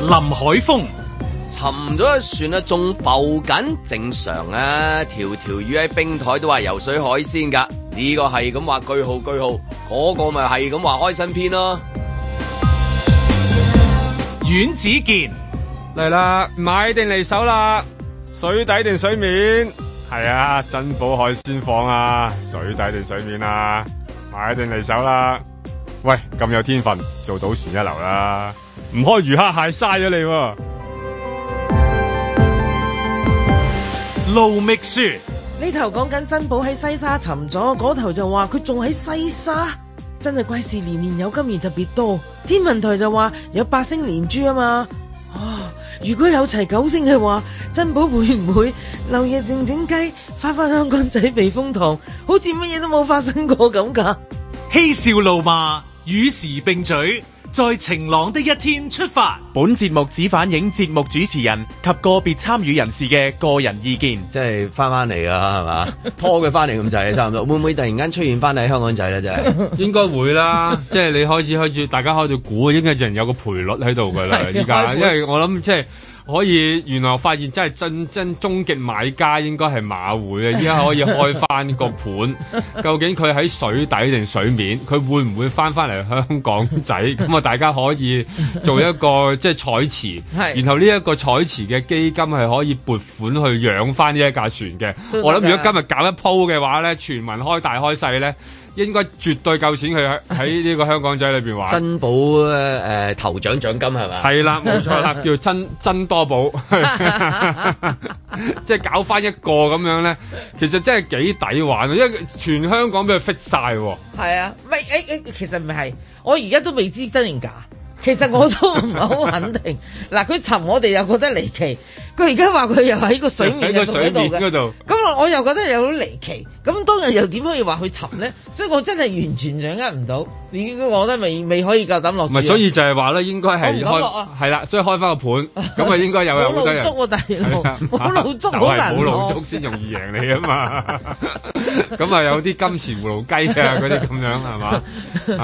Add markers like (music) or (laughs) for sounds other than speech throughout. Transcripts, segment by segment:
林海峰、沉咗一船啊，仲浮緊，正常啊！條條魚喺冰台都話游水海鮮㗎，呢、個係咁話句號句號，嗰、個咪係咁話開新篇咯。阮子健、嚟啦，買定離手啦，水底定水面？係啊，珍寶海鮮舫啊，水底定水面啊，買定離手啦。喂，咁有天分，做到船一流啦，唔開魚蝦蟹嘥咗你喎、盧覓雪、呢頭講緊珍寶喺西沙沉咗，嗰頭就話佢仲喺西沙，真係怪事年年有，今年特別多。天文台就話有八星連珠啊嘛，哦，如果有齊九星嘅話，珍寶會唔會 (laughs) 漏夜靜靜雞翻返香港仔避風塘，好似乜嘢都冇發生過咁㗎？嬉笑怒罵，與時並舉，在晴朗的一天出發。本節目只反映節目主持人及個別參與人士嘅個人意見。即係翻翻嚟啊，係 (laughs) 嘛？拖佢翻嚟咁滯，差唔多。會唔會突然間出現翻喺香港仔咧？真 (laughs) 係應該會 (laughs) 啦，即係你開始開始，大家開始估，應該人有個賠率喺度㗎啦。依家，因為我諗即係可以，原來我發現真係真真終極買家應該係馬會啊！依家可以開翻個 (laughs) 盤，究竟佢喺水底定水面，佢會唔會翻翻嚟香港 (laughs) 仔？咁啊，大家可以做一個即係彩池，係然後呢一個彩池嘅基金係可以撥款去養翻呢一架船嘅。都得我諗如果㗎今日搞一鋪嘅話咧，全民開大開細咧，應該絕對夠錢去喺 (laughs) 喺呢個香港仔裏邊玩。珍寶誒、呃、頭獎獎金係咪？(laughs) 係啦，冇錯啦，叫真真多寶， (laughs) 即係搞翻一個咁樣咧，其實真係幾抵玩啊！因為全香港俾佢 fit 晒喎，係啊，咪誒誒，其實唔係，我而家都未知真定假。其實我都唔係好肯定。嗱，佢沉我哋又覺得離奇，佢而家話佢又喺個水面 (laughs) 喺個水面嗰嘅。度。咁我我又覺得有好離奇，咁當日又點可以話佢沉呢？所以我真係完全掌握唔到，已經我覺得未未可以夠膽落唔注。啊係，所以就係話咧，應該係我唔敢落開啊係啦，所以開翻個盤，咁啊應該有冇有好露多人足。喎，大 (laughs) (laughs) 佬，冇露足就好係難冇露落足。先容易贏你啊嘛，咁啊有啲金錢葫蘆雞啊嗰啲咁樣係嘛，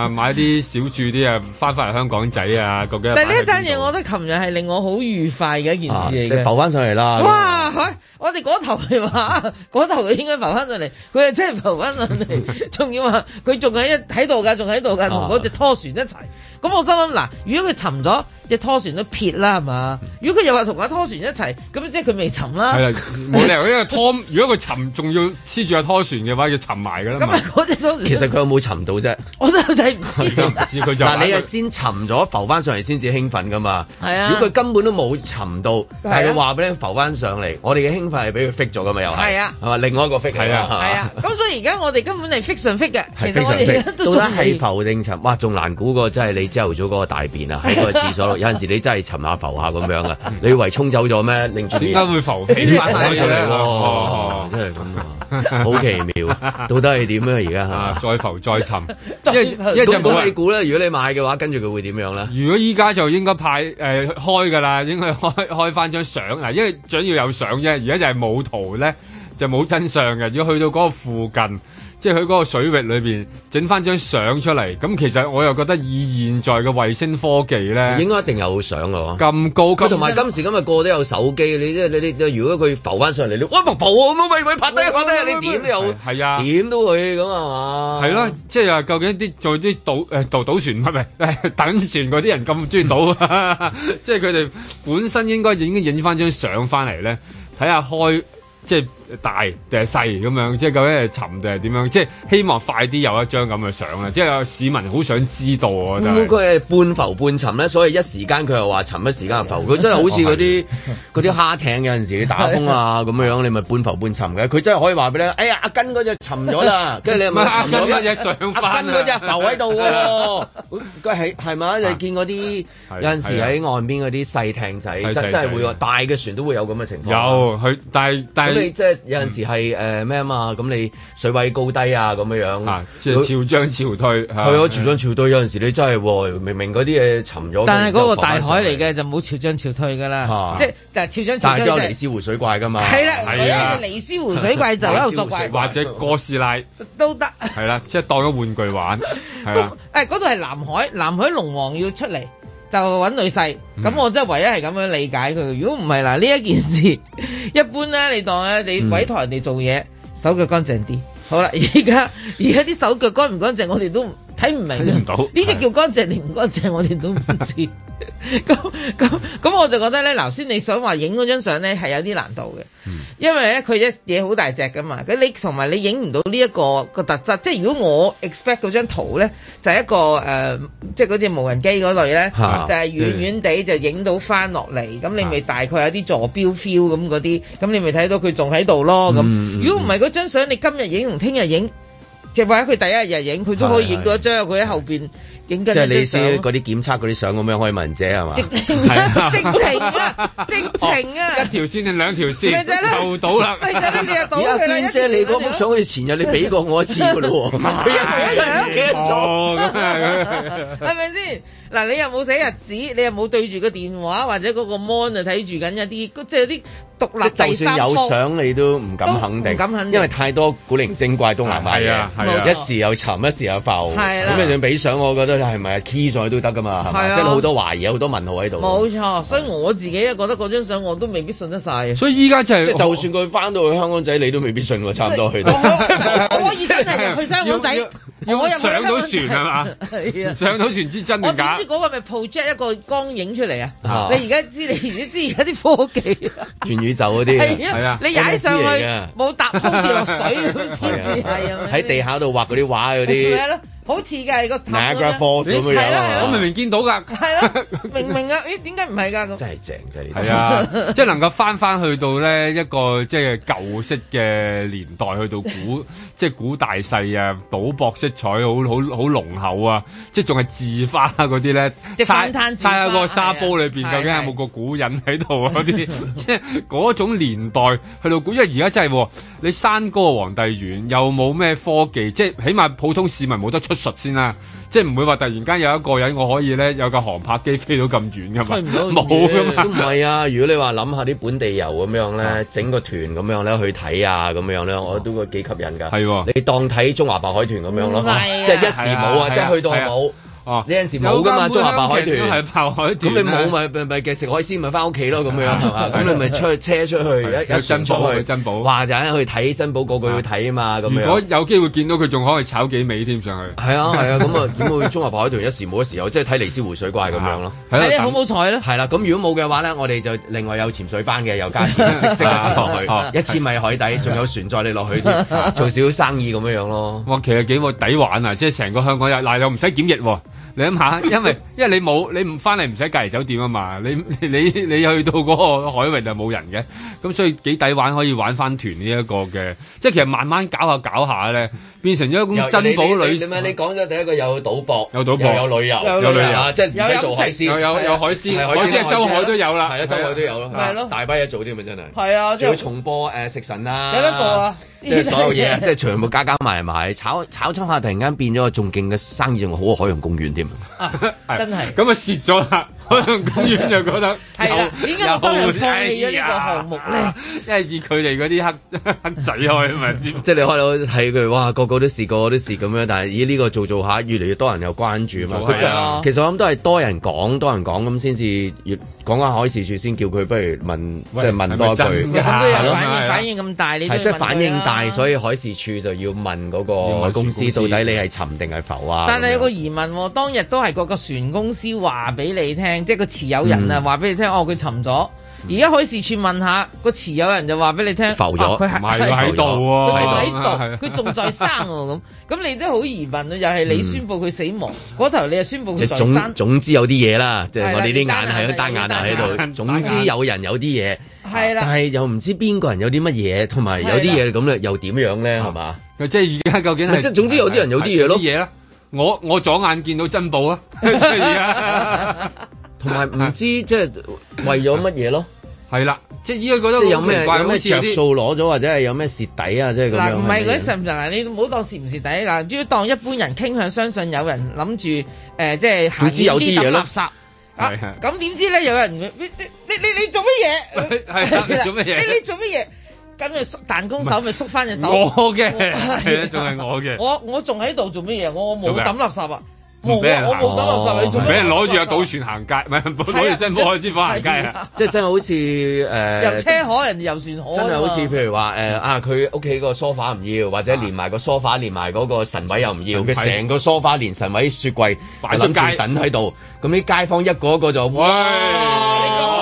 啊買啲小注啲啊，翻返嚟香港仔啊，究竟係但係擺呢喺一單邊嘢，度我覺得琴日係令我好愉快嘅一件啊事即嚟係嘅。浮翻上嚟啦。哇！佢我哋嗰頭係話， (laughs) 嗰頭佢應該浮翻上嚟，佢係真係浮翻上嚟， (laughs) 仲要話佢仲喺一喺度㗎，仲喺度啊㗎，同嗰只拖船一齊。咁我心諗嗱，如果佢沉咗，只拖船都撇啦，係嘛？如果佢又話同架拖船一齊，咁即係佢未沉啦係。啦，冇理由，因為拖， (laughs) 如果佢沉，仲要黐住個拖船嘅話，要沉埋㗎啦咁嘛啊。，嗰只都其實啊佢有冇沉到啫？我都真係唔而家知唔。知佢就嗱，你係係先沉咗浮翻上嚟先至興奮噶嘛？係啊如果佢根本都冇沉到，但係佢係啊話俾你浮翻上嚟，我哋嘅興奮係俾佢 fix 咗噶嘛？又係係啊係嘛？另外一個 fix 係啊係啊，咁所以而家我哋根本係 fix 上 fix 嘅，其係非實我常哋而家 fix。都到仲底係未浮定沉？哇，仲難估過真係你朝頭早嗰個大便 (laughs) 啊！喺個廁所度，有陣時你真係沉下浮下咁 (laughs) 樣啊！你以為沖走咗咩？擰住點解面。會浮起你翻翻返翻上上嚟嚟喎？喎，哦真係咁啊，好奇妙！到底係點啊？而家係 (laughs) 嘛？，啊再浮再沉， (laughs) 再因為浮因為就咁冇咁人你估咧？如果你買嘅話，跟住佢會點樣咧？如果依家就應該派誒、呃、開㗎啦，應該 (laughs) 開開翻張相嗱，因為相要有相啫，而家就係冇圖咧，就冇真相嘅。如果去到嗰個附近，即係去嗰個水域裏邊整翻張相出嚟，咁其實我又覺得以現在嘅衛星科技咧應，該一定有相嘅喎。咁高級佢同埋今時今日個個都有手機，你即係你你如果佢浮翻上嚟，你哇浮啊咁喂喂拍低拍低，你點都有係啊。點都會咁係嘛？係咯，即係話究竟啲做啲賭誒賭賭船唔係唔係 (laughs) 等船嗰啲人咁中意賭，啊 (laughs) 即係佢哋本身應該已經影翻張相翻嚟咧，睇下開即係大定係細咁樣，即係究竟係沉定係點樣，即係希望快啲有一張咁嘅相啊啦，即係有市民好想知道，我覺得會唔係。會佢係半浮半沉咧？所以一時間佢又話沉，一時間又浮。佢真係好 (laughs) 似嗰啲嗰啲蝦艇有陣時你打風啊咁樣，你咪半浮半沉嘅。佢真係可以話俾你聽，哎呀阿根嗰只沉咗啦，跟住你唔係咪阿沉根咗 (laughs) 嗰咩隻上阿翻啊根嗰隻浮喺度喎，佢係係咪啊？你啊見嗰啲係啊有陣時喺岸邊嗰啲細艇仔，細真真艇仔係會喎大嘅船都會有咁嘅情況。有佢，但係但咁你係即係有陣時係誒咩啊嘛？咁你水位高低啊咁樣樣，啊，即係潮漲潮退。啊係係咯，潮漲潮退有陣時你真係喎明明嗰啲嘢沉咗，但係嗰個大跟住就浮海返上嚟，嘅就冇潮漲潮退㗎啦啊，即係但係潮漲潮但係退都就有尼斯湖水怪㗎嘛。係啦，我係啊一尼斯湖水怪就喺度作怪 (laughs) 或者哥斯拉都得。係啦，即係當咗玩具玩係啦咁。誒嗰度係南海，南海龍王要出嚟，就揾女婿。咁我真係唯一係咁樣理解佢。如果唔係嗱，呢一件事 (laughs) 一般咧，你當咧你委託人哋做嘢，手腳乾淨啲。好啦， (laughs) 而家而家啲手腳乾唔乾淨，我哋都睇唔明啊。睇唔到呢只叫乾淨定唔乾淨，我哋都唔知。 (laughs) 咁咁咁，我就覺得咧，頭先你想話影嗰張相咧係有啲難度嘅，嗯因為咧佢一嘢好大隻噶嘛，咁你同埋你影唔到呢、一個個特質，即係如果我 expect 嗰張圖咧就係、一個誒、呃即係嗰啲無人機嗰類咧，嚇就係遠遠地就影到翻落嚟，咁你咪大概有啲坐標 feel 咁嗰啲，咁你咪睇到佢仲喺度咯咁。嗯如果唔係嗰張相，你今日影同聽日影，即係或者佢第一日影，佢都可以影到一張，佢喺後邊影緊即係一你張知相。嗰啲檢測嗰啲相咁樣可以問姐係嘛哦直？情啊，直情 (laughs) 啊，直情啊一，條線定兩條線咪就係咯就到啦。咪就係你又倒而佢家啦，娟姐你嗰幅相好似前日你俾過我一次噶咯喎，啊佢一陣唔記得咗。哦，咁啊 (laughs) 係咪先？嗱，你又冇寫日子，你又冇對住個電話或者嗰個 mon 啊睇住緊一啲，即係啲獨立即係就第三算有方相，你都唔敢肯定，都唔敢肯定因為太多古靈精怪東南亞係啊係啊嘢，一時又沉，一時又浮。係啦咁你仲俾相，我覺得係咪 key 咗都得噶嘛？係係咪？啊即係好多懷疑，好多問號喺度。冇錯，所以我自己咧覺得嗰張相我都未必信得晒啊嘅。所以依家就係即係就算佢翻到去香港仔，你都未必信喎，差唔多去我 (laughs) 到。我我可以真係入去香港仔要，要我又冇上到船去香係港嘛仔？係啊。上到船之真我點定假知？嗰個咪 project 一個光影出嚟啊啊？你而家知你而家知而家啲科技啊元宇宙嗰啲係係啊啊，你踩上去 NFT 嚟㗎冇踏空跌落水咁先至係啊，喺地下度畫嗰啲畫嗰係啊啲咯，好似嘅個塔 Niagara Falls 咁樣係樣啦係啦啊我明明見到㗎。係咯，明明啊，咦點解唔係㗎咁？真係正真係呢啲 (laughs) 係啊，即係能夠翻翻去到咧一個即係舊式嘅年代，去 (laughs) 到古即係古大細啊，賭博色彩好好好濃厚啊，即係仲係字花嗰啲咧，即係反猜彈猜字花下個沙煲裏邊係啊究竟有冇個古人喺度啊嗰 (laughs) 啲，即係嗰種年代去到古，因為而家真係喎你山歌皇帝遠又冇咩科技，即係起碼普通市民冇得出術先啦。即係唔會話突然間有一個人我可以咧有架航拍機飛到咁遠噶嘛，飛唔到咁冇噶嘛啊都。唔係啊！如果你話諗下啲本地遊咁樣咧，整個團咁樣咧去睇啊，咁樣咧，我都覺得幾吸引㗎。係喎你當睇中華白海豚咁樣咯唔係啊，即係一時冇係啊，啊即係去到冇。哦呢陣時冇㗎嘛中華白海豚有間每香記都係白海咁豚啊。啊你冇咪咪咪嘅食海鮮咪翻屋企咯，咁樣係嘛？咁你咪出去車出去，一一有船啊珍出寶去有珍寶話就係去睇珍寶，個個要睇啊嘛，咁如果樣。有機會見到佢，仲可以炒幾味添上去。係啊係啊，咁啊點會中華白海豚一時冇一時有，即係睇尼斯湖水怪咁樣咯。喺度睇你等好冇彩咯。係啦，咁如果冇嘅話咧，我哋就另外有潛水班嘅，有加 (laughs) 錢即即刻接落哦去，一千米海底，仲有 (laughs) 船載你落去添，做少少生意咁樣樣咯。哇，其實幾個抵玩啊！即係成個香港又嗱又唔使檢疫喎。你諗下，因為因為你冇你唔翻嚟唔使隔離酒店啊嘛，你你你你去到嗰個海域就冇人嘅，咁所以幾抵玩可以玩翻團呢一個嘅，即係其實慢慢搞下搞下咧，變成咗一有種珍寶你旅你你咩？你講咗第一個有賭博，有賭博又有旅遊，有旅遊啊即係唔使做海鮮，有有有海係鮮，啊海海鮮鮮周海都有啦，啊係啦，周圍都有咯，係咯大把嘢做添啊，真係。係啊，即仲要係重播誒食神啦，有得做啊即係所有嘢，即係全部加加埋埋，炒炒炒下，突然間變咗個仲勁嘅生意，仲好過海洋公園添。係真係咁啊蝕咗啦！海洋公園就覺得係啦有點 (laughs) 解咁多人有放棄咗呢個項目咧哎呀哎 (laughs) 因為以佢哋嗰啲黑 (laughs) 黑仔啊開咪知即係你開頭睇佢，哇，個個都試過，都試咁樣，但係咦呢個做做下，越嚟越多人有關注啊嘛。做係佢啊其實我諗都係多人講，多人講咁先至越講下海事處先叫佢，不如問即係問多一係句咪真。咁㗎都哎係有咯反係應，咯反應咁大，你都係即係反應大，以。所以海事處就要問嗰要個問公司船到公司底你係沉定係浮啊？但係咁樣有個疑問喎，當日都係個個船公司話俾你聽，即係個持有人嗯啊話俾你聽，哦佢沉咗。而家海事處問下個持有人就話俾你聽，浮咗哦佢係唔係佢喺度佢喎，仲喺係啊度，佢仲在生喎咁，咁你都好疑問啊！又係你宣布佢死亡，嗯嗰頭你又宣布即佢在係生啊總，總之有啲嘢啦，即係我哋啲眼係啦係你單單眼眼啊係喺度。單眼總之有人有啲嘢，係但啦，係又唔知邊個人有啲乜嘢，同埋有啲嘢咁咧又點樣咧係嘛？佢即係而家究竟咪係即係總之有啲人有啲嘢咯有啲嘢啦。我我左眼見到珍寶啊， (laughs) 即係 (laughs) 而家同 (laughs) 埋唔知即係為咗乜嘢咯，係啦，即係依家覺得即係有好咩奇怪有好咩似有着啲數攞咗，或者係有咩蝕底啊，即係咁嗱樣。唔係嗰啲實唔實嗱，你唔好當蝕唔蝕底嗱，主要當一般人傾向相信有人諗住誒，即係行總之有啲嘢遠咯抌垃圾啊係係，咁點知咧有人你你你你做乜嘢？係啊啦，你做乜你你嘢？做乜嘢？咁就縮彈弓手咪縮翻隻手。我嘅我係啊，仲係我嘅。我我仲喺度做乜嘢？我我冇抌垃圾啊！冇唔俾人啊！我行冇抌垃圾，你啊做唔咩？俾人攞住個賭船行街，唔係啊攞住真係海鮮房行街啊！即係真係好似誒。游車可人哋遊船可，真係好似譬如話誒啊，佢屋企個 sofa 唔要，或者連埋個 sofa 連埋嗰個神位又唔要，神位佢成個 sofa 連神位雪櫃擺就出諗街住等喺度，咁啲街坊一個一個就喂，哇！啊啊你講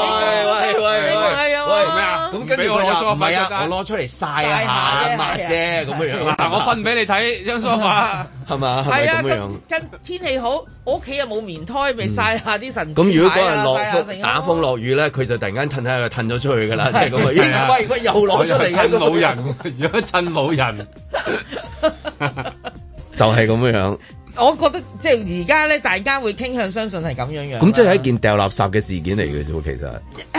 喂喂喂喂喂喂咩啊咁跟住唔俾我佢就 sofa 唔係出街啊，我攞出嚟晒曬下下啫抹啫咁樣樣， (laughs) 嗱，我分俾你睇張梳化， (laughs) 係嘛？係咪係啊，咁樣？跟跟天氣好，我屋企又冇棉胎，咪曬下啲神嗯啊咁如果嗰人日落風打風落雨咧，佢就突然間褪喺度褪咗出去㗎啦，即 (laughs) 係咁啊！咦喂喂，又攞出 (laughs) (laughs) 嚟趁嘅老，人，如果趁老人，就係啊咁樣。我覺得即係而家咧，大家會傾向相信係咁樣樣啦。咁即係一件掉垃圾嘅事件嚟嘅啫喎，其實。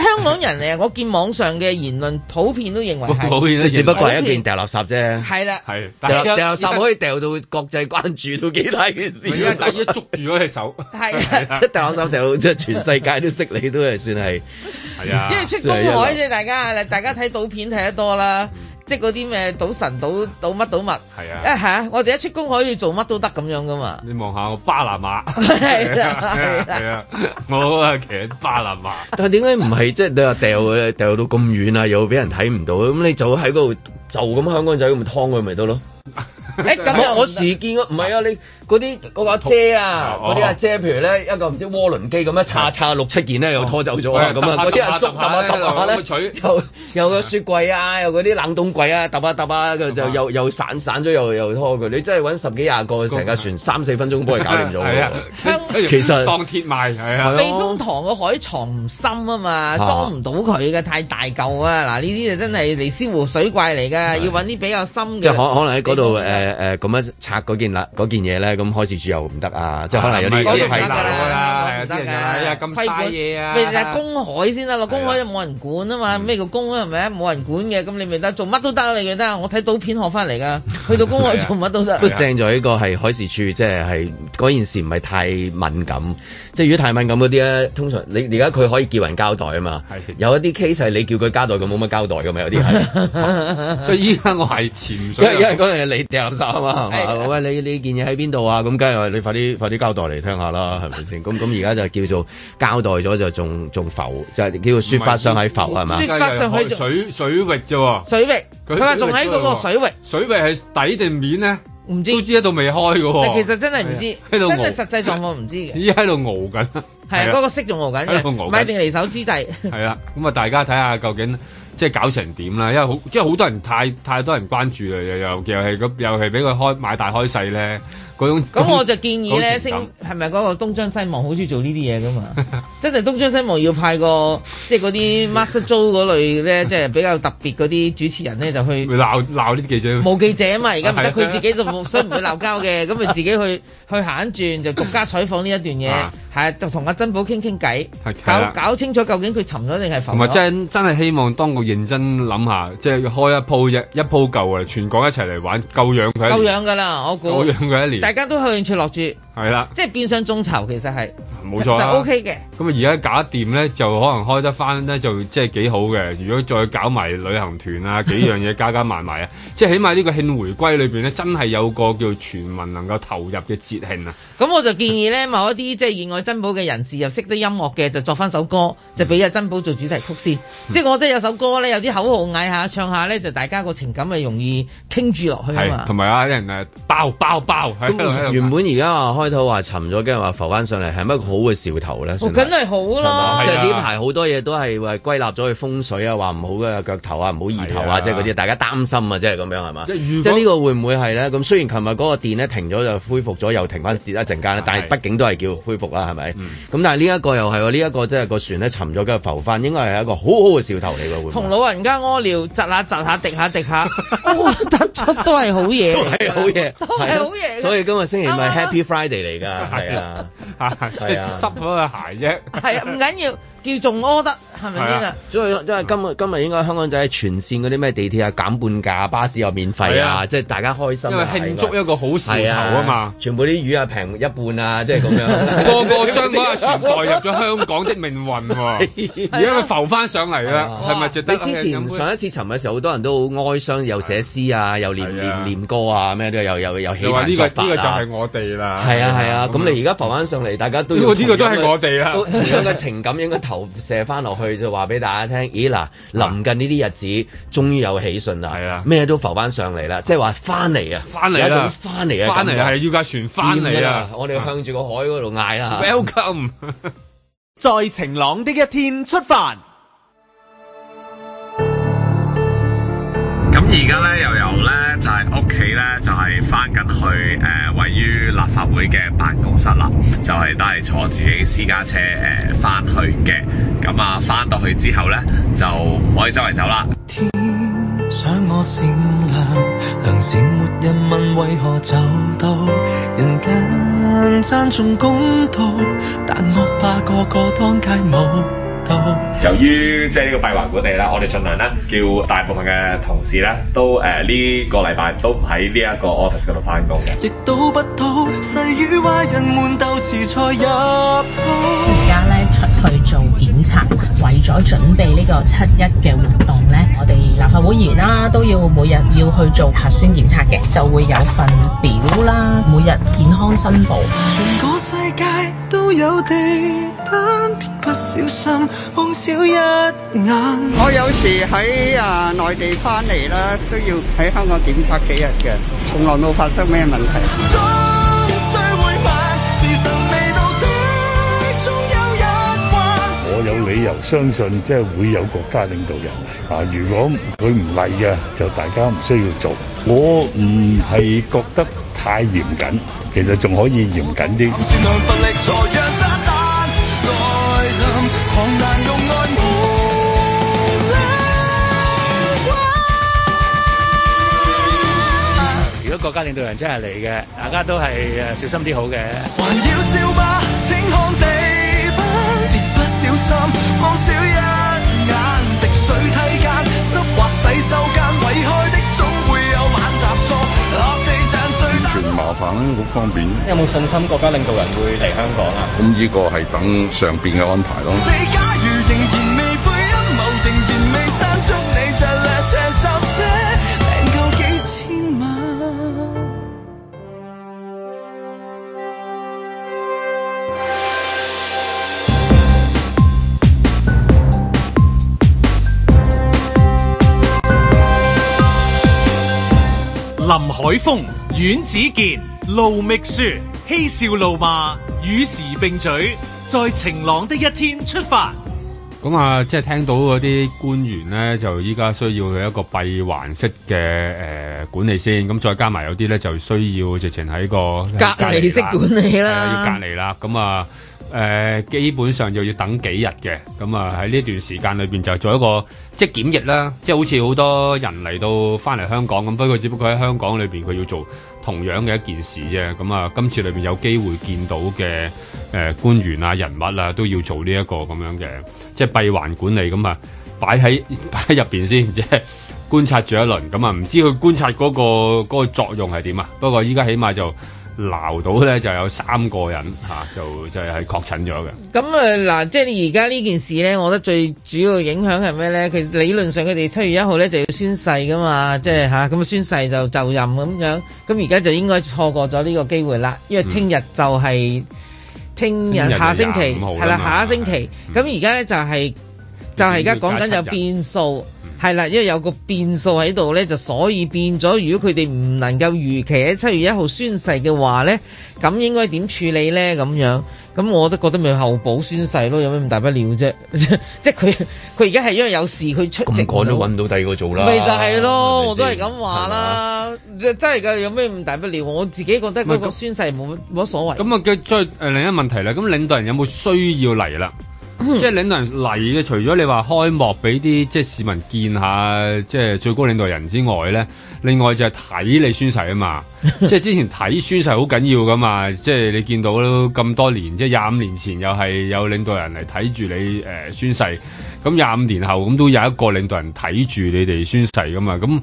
香港人咧，我見網上嘅言論普遍都認為 (laughs) 係即即係只不過係一件掉垃圾啫。係啦，係掉係掉垃 (laughs) 圾可以掉到國際關注都幾大件事。而家大家捉住咗隻手，係啊， (laughs) 即係掉垃圾掉到即係全世界都識你，都係算 (laughs) 係係 (laughs) 啊因，為出公海啫，大家大家睇賭片睇得多啦，嗯即係嗰啲咩賭神賭賭乜賭物，係啊啊，嚇！我哋一出公海要做乜都得咁樣噶 (laughs) 嘛，你望下我巴拿馬，係啦係啦 (laughs) 係啊，我啊其實巴拿馬，但係點解唔係即係你話掉嘅掉到咁遠啊，又俾人睇唔到咁你就喺嗰度就咁香港仔咁劏佢咪得咯？誒咁又我唔我得時見過唔係啊，你嗰啲嗰個阿姐啊，哦嗰啲阿姐譬如咧一個唔知渦輪機咁樣叉叉六七件咧又拖走咗 (laughs) 啊，咁啊嗰啲阿叔揼哦下揼下咧。取。 (laughs) 又又個雪櫃啊，又嗰啲冷凍櫃啊，揼下揼下，佢就又又散散咗，又又拖佢。你真係揾十幾廿個成架船三四分鐘幫佢搞 (laughs) 掂咗係啊喎。，跟住其實當鐵賣係啊，避風塘個海床唔深啊嘛，裝唔到佢嘅，太大嚿啊！嗱，呢啲就真係尼斯湖水怪嚟噶，要揾啲比較深嘅。即係可可能喺嗰度地方誒誒咁樣拆嗰件啦嗰件嘢咧，咁開始住又唔得啊！即係可能有啲唔係有嗰啲度唔係得㗎係啦，係香啊港唔啲得人就話哎呀㗎，規咁嘥管嘢啊咪就係公海先得咯，公海就冇人管啊嘛，咩叫公海係咪啊？冇人管嘅，咁你咪得做乜都得啊，你記得啊，我睇賭片學翻嚟噶，去到公海做 (laughs) 乜都得不。過正在呢個係啊海事處，即係係嗰件事唔係太敏感，即係如果太敏感嗰啲咧，通常你而家佢可以叫人交代啊嘛係。有一啲 case 係你叫佢交代，佢冇乜交代噶嘛，有啲 (laughs) 係。所以依家我係潛因為水因為嗰樣嘢你掉垃圾啊嘛，係嘛？係喂，你你件嘢喺邊度啊？咁梗係話你快啲快啲交代嚟聽下啦，係咪先？咁咁而家就叫做交代咗就仲仲浮，就係叫做説法上喺浮係嘛即？係發上去就水水域啫喎，水域，佢佢話仲喺嗰個水域，水域係底定面咧，唔知都知喺度未開嘅但喎。其實真係唔知，喺真度係熬實際狀況唔知嘅。依家喺度熬緊，係嗰個色仲熬緊啊喺度熬緊嘅，買定離手之 (laughs) 際，係啦，咁啊，大家睇下究竟即係搞成點啦，因為好即係好多人太太多人關注啦，又又又係咁，又係俾佢開買大開細咧，嗰種咁我就建議咧，好情星感係咪嗰個東張西望好中意做呢啲嘢噶嘛？真係東張西望要派個即係嗰 (laughs) 啲 Master Joe 嗰類咧，即係比較特別嗰啲主持人咧，就去 (laughs) 會鬧鬧啲記者，冇記者啊嘛，而家唔 (laughs) 得，係佢自己就冇，所以唔會鬧交 (laughs) 嘅，咁咪自己去去行一轉，就獨家採訪呢一段 (laughs) 啊嘢，係就同阿珍寶傾傾偈係，搞係啦搞啊清楚究竟佢沉咗定係浮同埋咗。真真係希望當局認真諗下，即係開一鋪一一鋪夠啊，全港一齊嚟玩，夠養佢夠一年，樣噶啦，我估夠養佢一大年，家都向住落注，係啦，即係變相眾籌，其實係冇錯就啦 OK 嘅。咁啊，而家搞得掂咧，就可能開得翻咧，就即係幾好嘅。如果再搞埋旅行 (laughs) 團啊，幾樣嘢加加埋埋啊，即係起碼呢個慶回歸裏邊咧，真係有個叫全民能夠投入嘅節慶啊！咁我就建議咧，某一啲即係熱愛珍寶嘅人士，又識得音樂嘅，就作翻首歌，就俾阿珍寶做主題曲先。即係我覺得有首歌咧，有啲口號嗌下唱下咧，就大家個情感咪容易傾住落去啊係，嘛同。埋啊，有人誒爆爆爆喺度喺咁度原本而家話開頭話沉咗，跟住話浮翻上嚟，係咪一個好嘅兆頭咧？哦算係梗係好啦，即係啊係呢排好多嘢都係話歸納咗去風水啊，話唔好嘅腳頭啊，唔好二頭係啊，啊即係嗰啲，大家擔心啊，即係咁樣係嘛？即係即如果係呢個會唔會係咧？咁雖然琴日嗰個電咧停咗就恢復咗，又停翻跌一陣間啦，但係係畢竟都係叫恢復啦，係咪？咁但係呢一個又係喎，呢一個即係個船咧沉咗，跟住浮翻，應該係一個好好嘅兆頭嚟嘅，會唔會同老人家屙尿，窒下窒下，滴下滴下， (laughs) 哇，得出都係好嘢，都係好嘢，都係好嘢嘅所以今日星期五係啱啊 (laughs) Happy Friday 嚟㗎，係啊。啊，即係係啊濕咗個鞋啫。係啊，唔緊要，叫仲柯得，係咪先啊係啊？所以因為今日今日應該香港仔全線嗰啲咩地鐵啊減半價，巴士又免費係啊，啊即係大家開心因為啊，慶祝一個好兆係頭啊嘛，，全部啲魚啊平一半 (laughs) 啊，即係咁樣。個個將嗰個船代入咗香港的命運 (laughs) 喎，而家佢浮翻上嚟啦，係咪值得你啊？之飲前杯上一次尋嘅時候，好多人都好哀傷，又寫詩啊，又念 (laughs) 係念啊念歌啊，咩都有，又又起你話彈呢作個法呢個就啊。係我哋啦，係啊係啊，咁你樣而家浮翻上嚟，大家都要呢個呢個都係同樣嘅我哋啦都同樣嘅情感應該投射翻落去，就話俾大家聽。咦嗱，臨近呢啲日子， (laughs) 終於有喜訊啦，係啊咩都浮翻上嚟啦，即係話翻嚟啊，翻嚟啦有一種翻嚟啊，翻嚟係要架船翻嚟啊我哋要向住個海嗰度 (laughs) 嗌啦。 (laughs) 啊！Welcome，在晴朗的一天出發。咁而家咧又由咧就係屋企咧就係翻緊去誒、呃位於立法會嘅辦公室啦，就係都係坐自己私家車誒翻、去嘅。咁啊翻到去之後咧就唔可以周圍走啦。天想我善良，良善沒人問為何走到人間讚頌公道，但惡霸個個當街舞蹈。由於即係呢個閉環管理啦，我哋盡量咧叫大部分嘅同事咧都呃誒呢、個禮拜都唔喺呢一個 office 嗰度翻工嘅。亦賭不到，誓與壞人們鬥詞才入套。而家咧出去做檢查，為咗準備呢個七一嘅活動咧，我哋立法會議員啦都要每日要去做核酸檢測嘅，就會有份表啦，每日健康申報。全個世界都有地板，不小心望少一眼。我有時喺啊內地翻嚟啦，都要喺香港檢測幾日嘅，從來冇發生咩問題。終須會慢，時辰未到的，終有一關。我有理由相信，即係會有國家領導人啊！如果佢唔嚟嘅，就大家唔需要做。我唔係覺得太嚴謹，其實仲可以嚴謹啲。善良奮力才讓撒旦來臨，狂瀾用愛無力挽如果國家領導人真係嚟嘅，大家都係誒小心啲好嘅。還要笑吧，請看地板，別不小心望少一眼。滴水梯間，濕滑洗手間，毀開的總會有晚踏錯，落地賺碎單。麻煩啦，好方便。有冇信心國家領導人會嚟香港啊？咁呢個係等上邊嘅安排咯。你假如仍然未背陰謀，仍然未生出你像兩場壽些，訂夠幾千萬。林海峰、阮子健、盧覓雪，嬉笑怒罵，與時並舉，在晴朗的一天出發。咁啊，即係聽到嗰啲官員咧，就依家需要有一個閉環式嘅誒、呃管理先，咁再加埋有啲咧就需要直情喺個隔離式啊啦管理啦係啊要隔離啦。咁啊誒、呃基本上就要等幾日嘅。咁啊喺呢段時間裏邊就做一個即係檢疫啦，即係好似好多人嚟到翻嚟香港咁，不過只不過喺香港裏邊佢要做同樣嘅一件事啫。咁啊，今次裏邊有機會見到嘅誒、呃官員啊、人物啊，都要做呢一個咁樣嘅即係閉環管理咁啊，擺喺 (laughs) 擺喺入邊先，即係觀察住一輪咁啊，唔知佢觀察嗰、個嗰個作用係點啊？不過依家起碼就鬧到咧，就有三個人嚇、就就係確診咗嘅。咁啊嗱，即係你而家呢件事咧，我覺得最主要影響係咩咧？其實理論上佢哋七月一號咧就要宣誓噶嘛，即係吓咁啊宣誓就就任咁樣。咁而家就應該錯過咗呢個機會啦，因為聽日就係聽嗯聽日日就下星期25號啦係啦，嘛嗯下星期。咁而家咧就係就係而家講緊有要加七日嗯變數。係啦，因為有個變數喺度咧，就所以變咗。如果佢哋唔能夠如期喺七月一號宣誓嘅話咧，咁應該點處理咧？咁樣咁我都覺得咪後補宣誓咯，有咩咁啊大不了啫？ (laughs) 即係佢佢而家係因為有事佢出席咁趕唔都到揾到第二個做啦，咪就係係咪咯，我都係先咁話。係嘛啦，真真係㗎，有咩咁大不了？我自己覺得嗰個宣誓冇乜冇乜所謂。呃咁啊，嘅再誒另一個問題啦，咁領導人有冇需要嚟啦？即係領導人嚟嘅，除咗你話開幕俾啲即係市民見下，即係最高領導人之外咧，另外就係睇你宣誓啊嘛。即係之前睇宣誓好緊要噶嘛，即係你見到咁多年，即係廿五年前又係有領導人嚟睇住你誒、呃宣誓，咁廿五年後咁都有一個領導人睇住你哋宣誓噶嘛，咁。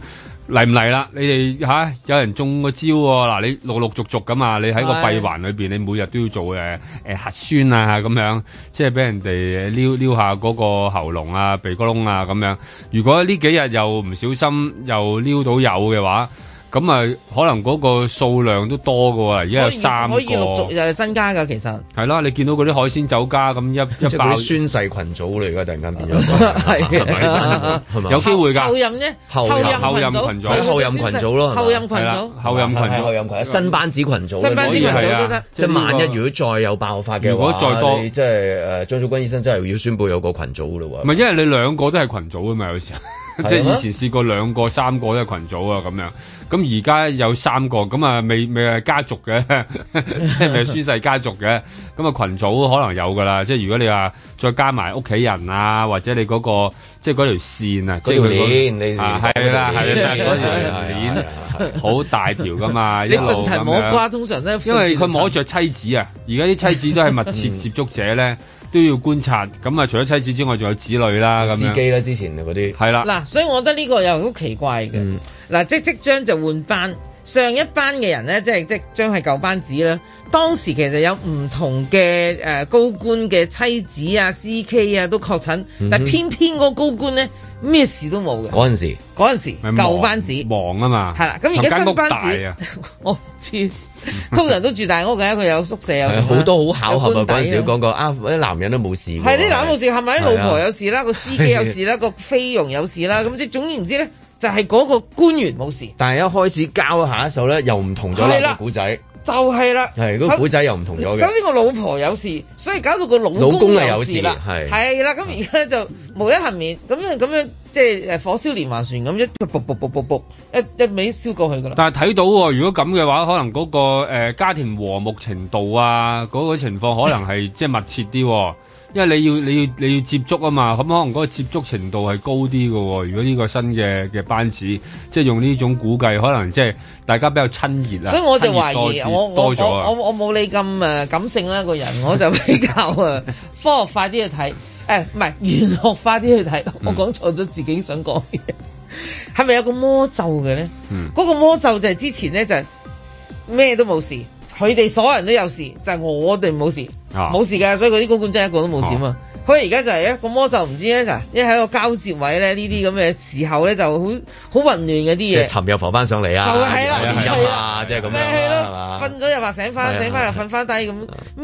嚟唔嚟啦？你哋吓、有人中個招喎、嗱，你陸陸續續咁嘛，你喺個係閉環裏邊，你每日都要做誒誒、呃核酸啊咁樣，即係俾人哋撩撩下嗰個喉嚨啊、鼻哥窿啊咁樣。如果呢幾日又唔小心又撩到有嘅話，咁啊可能嗰個數量都多嘅喎，而家有三個。可以陸續又增加㗎，其實係啦，你見到嗰啲海鮮酒家咁一即一係嗰爆啲宣誓群組嚟㗎，突然間變係啊係咪有機會後㗎。任呢？後任後任群群組組，後任群組咯，係嘛後任群係組啦後任群組，後任群組，新班子群組，新班子群啊組都得即係萬一如果再有爆發嘅話，如果再多你即係誒張祖君醫生真係要宣布有個群組嘞唔喎。係，因為你兩個都係群組啊嘛，有時候即係係啊以前試過兩個、三個都係群組啊咁樣。咁而家有三個，咁啊未未係家族嘅， (laughs) 即係未係宣誓家族嘅。咁啊群組可能有㗎啦。即係如果你話再加埋屋企人啊，或者你嗰、個即係嗰條線啊，即嗰條係佢嗰鏈你啊係啦係啦，嗰 (laughs) 啊條鏈好大條㗎嘛，你一路順藤摸咁樣啊瓜通常都係啊因為佢摸着妻子啊，而家啲妻子都係 (laughs) 密切接觸者咧，都要觀察。咁啊，除咗妻子之外，仲有子女啦，咁樣司機啦，之前嗰啲係啦，嗱，所以我覺得呢個又好奇怪嘅。嗱、即即將就換班，上一班嘅人呢，即係即將係舊班子啦。當時其實有唔同嘅誒、呃高官嘅妻子啊、CK 啊都確診，但偏偏嗰個高官呢，咩事都冇嘅。嗰陣時，嗰陣時咪忙舊班子忙啊嘛，係啦咁而家同間新班子屋大啊， (laughs) 我唔知，通常都住大屋嘅，佢有宿舍有係 (laughs) 成好多好巧合啊！有嗰官陣邸時都講過啊，啲男人都冇事㗎。係呢攬老事係咪？老婆有事啦，個 (laughs) 司機有事係啦，個菲佣有事啦，咁即係總言之咧，就係嗰個官員冇事，但係一開始交下一手咧，又唔同咗係啦啦個古仔，就係啦。係嗰個首古仔又唔同咗首嘅。先個老婆有事，所以搞到個老老公公係有有事啦，事係係啦。咁而家就無一幸免，咁樣咁樣即係誒火燒連環船咁一卜卜卜卜卜一一味燒過去噶啦。但係睇到喎，如果咁嘅話，可能嗰、個、呃、家庭和睦程度啊，嗰、個情況可 (laughs) 能係即係密切啲喎。因為你要你要你要接觸啊嘛，咁可能嗰個接觸程度係高啲嘅喎。如果呢個新嘅嘅班子，即係用呢種估計，可能即係大家比較親熱啊。所以我就親熱懷疑多啲我我多咗我啊我我冇你咁誒感性啦個人，我就比較誒 (laughs) 科學化啲去睇，誒唔係玄學化啲去睇。嗯我講錯咗自己想講嘅嘢，係咪有個魔咒嘅咧？嗯嗰個魔咒就係之前咧就係咩都冇事，佢哋所有人都有事，就係我哋冇事，啊冇事㗎，所以嗰啲高官真係一個都冇事啊嘛。佢而家就係一個魔咒，唔知咧就係因為喺個交接位咧，呢啲咁嘅時候咧就好好混亂嘅即啲係嘢。尋又浮翻上嚟啊！就係啦有啲係陰啦啊，即係咁樣咩啦係係咯，嘛啊瞓咗又話醒係翻，啊醒翻又瞓翻低咁，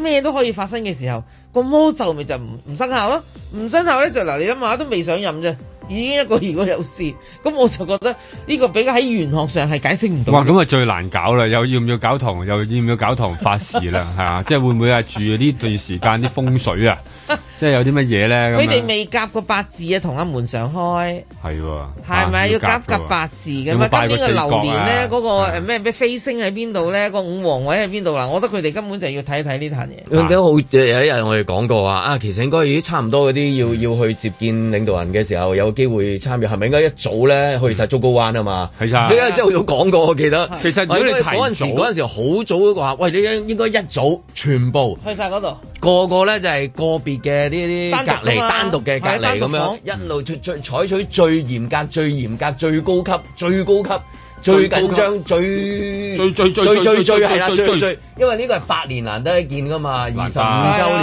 咩都可以發生嘅時候，個魔咒咪就唔唔生效咯，唔生效咧就嗱，你諗下都未上任啫，已經一個如果有事，咁我就覺得呢個比較喺玄學上係解釋唔到。哇！咁啊最難搞啦，又要唔要搞堂，又要唔要搞堂法事啦，係啊！即係會唔會啊住呢段時間啲風水啊，即係有啲乜嘢咧？佢咁啊哋樣未夾個八字啊，同阿門上開。係喎，係咪啊要夾㗎夾喎八字嘅有嘛？今冇拜過年嘅四角流年咧，啊嗰個誒咩咩飛星喺邊度咧？個五黃位喺邊度啦？我覺得佢哋根本就要睇睇呢壇嘢。咁好有一日我哋講過話啊，其實應該已經差唔多嗰嗯啲要要去接見領導人嘅時候，有機會參與，係咪應該一早咧去晒竹篙灣啊嘛？係啊你一朝早講過，我記得。其實如果你提早嗰陣時，嗰陣時好早都話，喂，你應應該一早全部去晒嗰度，個個咧就係個別嘅呢啲單獨㗎嘛隔離，單獨嘅隔係單離咁獨樣房，一路最最採取最嚴格、最嚴格、最高級、最高級。最緊張、最最最最最最最最係啦，最最最最，因為呢個係百年難得一見噶嘛，二十五得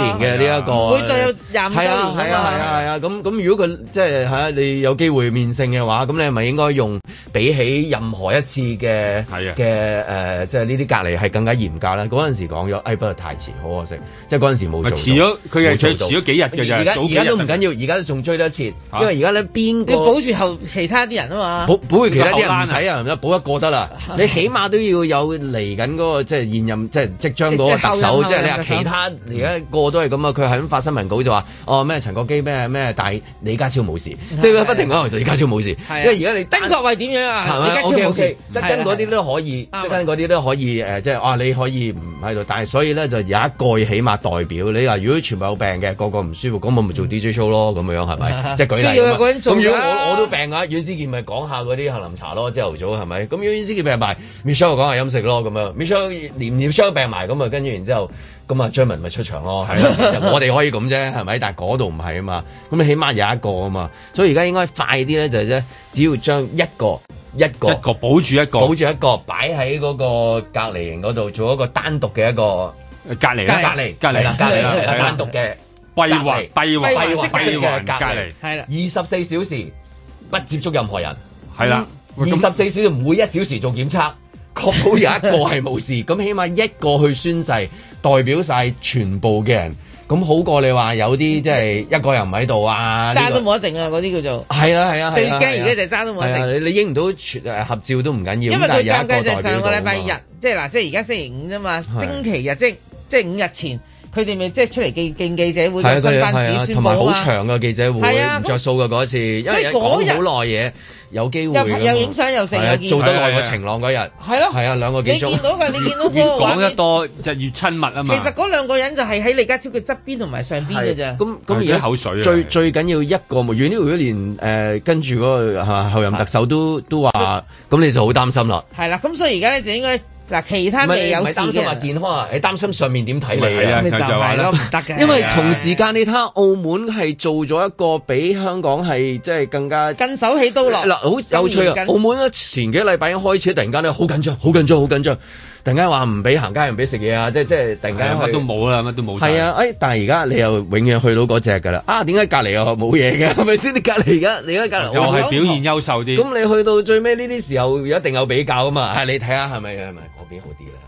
週年嘅呢一個，會再有廿五週係年啊哦㗎嘛係啊係啊係啊，咁咁如果佢即係係啊，你有機會面聖嘅話，咁你係咪應該用比起任何一次嘅啊嘅誒，即係呢啲隔離係更加嚴格啦？嗰陣時講咗，哎誒不過太遲，好可惜，即係嗰陣時冇做咪到。遲咗佢係冇做到遲咗幾日嘅啫而家早而幾日家都唔緊要，而家都仲追得切，嚇因為而家咧邊要保個住後其他啲人啊嘛。保保護其他啲人唔使後啊，唔得保一個得 (laughs) 啦，你起碼都要有嚟緊嗰個即係現任即係即將嗰個特首，即係後任即係你話後任其他而家個個都係咁啊！佢係咁發新聞稿就話哦咩陳國基咩咩，但係李家超冇 (laughs) 事，即係佢不停講李家超冇事，因啊為而家你曾國衛點樣係啊？咪李家超 OK，OK，冇事，即係跟嗰啲都可以，啊即係跟嗰啲都可以誒，即係啊你可以唔喺度，但係所以咧就有一個起碼代表你話，如果全部有病嘅，個個唔舒服，咁我咪做 DJ show 咯，咁樣係 (laughs) 咪？即係舉例嗯都要有咁啊個人做㗎咁如果我我都病啊嘅話，阮之健咪講下嗰啲杏林茶咯，朝頭早係咪？咁如果阮之健病埋，Michelle 講下飲食咯，咁樣 Michelle 連 Michelle 病埋咁啊，跟住然之後。咁啊，張文咪出場 (laughs) 咯，係啦，其實我哋可以咁啫，係咪？但係嗰度唔係啊嘛，咁你起碼有一個啊嘛，所以而家應該快啲咧，就係啫，只要將一個一個一個保住一個，保住一個擺喺嗰個隔離營嗰度，做一個單獨嘅一個隔離隔啦離隔隔離離啦啦隔離啦係啦單獨嘅閉隔離環閉閉環環閉環隔隔離離，係啦，二十四小時不接觸任何人，係啦嗯二十四小時每一小時做檢測。確保有一個係冇事，咁起碼一個去宣誓，代表晒全部嘅人，咁好過你話有啲即係一個人唔喺度啊，呢渣個都冇得剩啊！嗰啲叫做係啦係啊，最係啊驚而家就係係啊渣都冇得係啊剩。你你影唔到全誒合照都唔緊要，因為但係佢有一尷尬個就係上個禮代表拜到啊嘛日，即係嗱，即係而家星期五啫嘛，星期日即係即係五日前，佢哋咪即係出嚟記敬記者會，係啊有新班係啊子宣同布埋啊好嘛長嘅記者會，係啊唔着數嘅嗰次，因為所以嗰日講好耐嘢，有機會㗎啊嘛又又影相又成係啊又見做得耐過晴朗嗰日，係咯係啊兩個幾你鐘見。到 (laughs) 佢，你見到越嗰個畫講面得多就越親密啊其嘛。實嗰兩個人就係喺李家超嘅側邊同埋上邊嘅咋。咁咁而係家啲口水啊最係最緊要一個冇，遠啲如果連誒跟住嗰個係嘛後任特首都都嗯話，咁你就好擔心啦。係啦，咁所以而家咧就應該嗱，其他唔係未有唔係事擔心嘅話人健康啊，你擔心上面點睇你係啊啊？咪就就話係啦 (laughs) 咯，唔得嘅。因為係啊同時間你睇下澳門係做咗一個比香港係即係更加近手起刀落，嗱，好有趣啊！澳門咧前幾個禮拜已經開始，突然間咧好緊張，好緊張，好緊張，突然間話唔俾行街，唔俾食嘢啊！即係即係突然係間啊乜去都。冇啦，乜都冇。係啊，，誒！但係而家你又永遠去到嗰只㗎啦。啊，點解隔離又冇嘢嘅？係咪先？你隔離而家，你而家隔離又係表現優秀啲。咁你去到最尾呢啲時候，一定有比較啊嘛。係你睇下係咪係咪嗰邊好啲啦？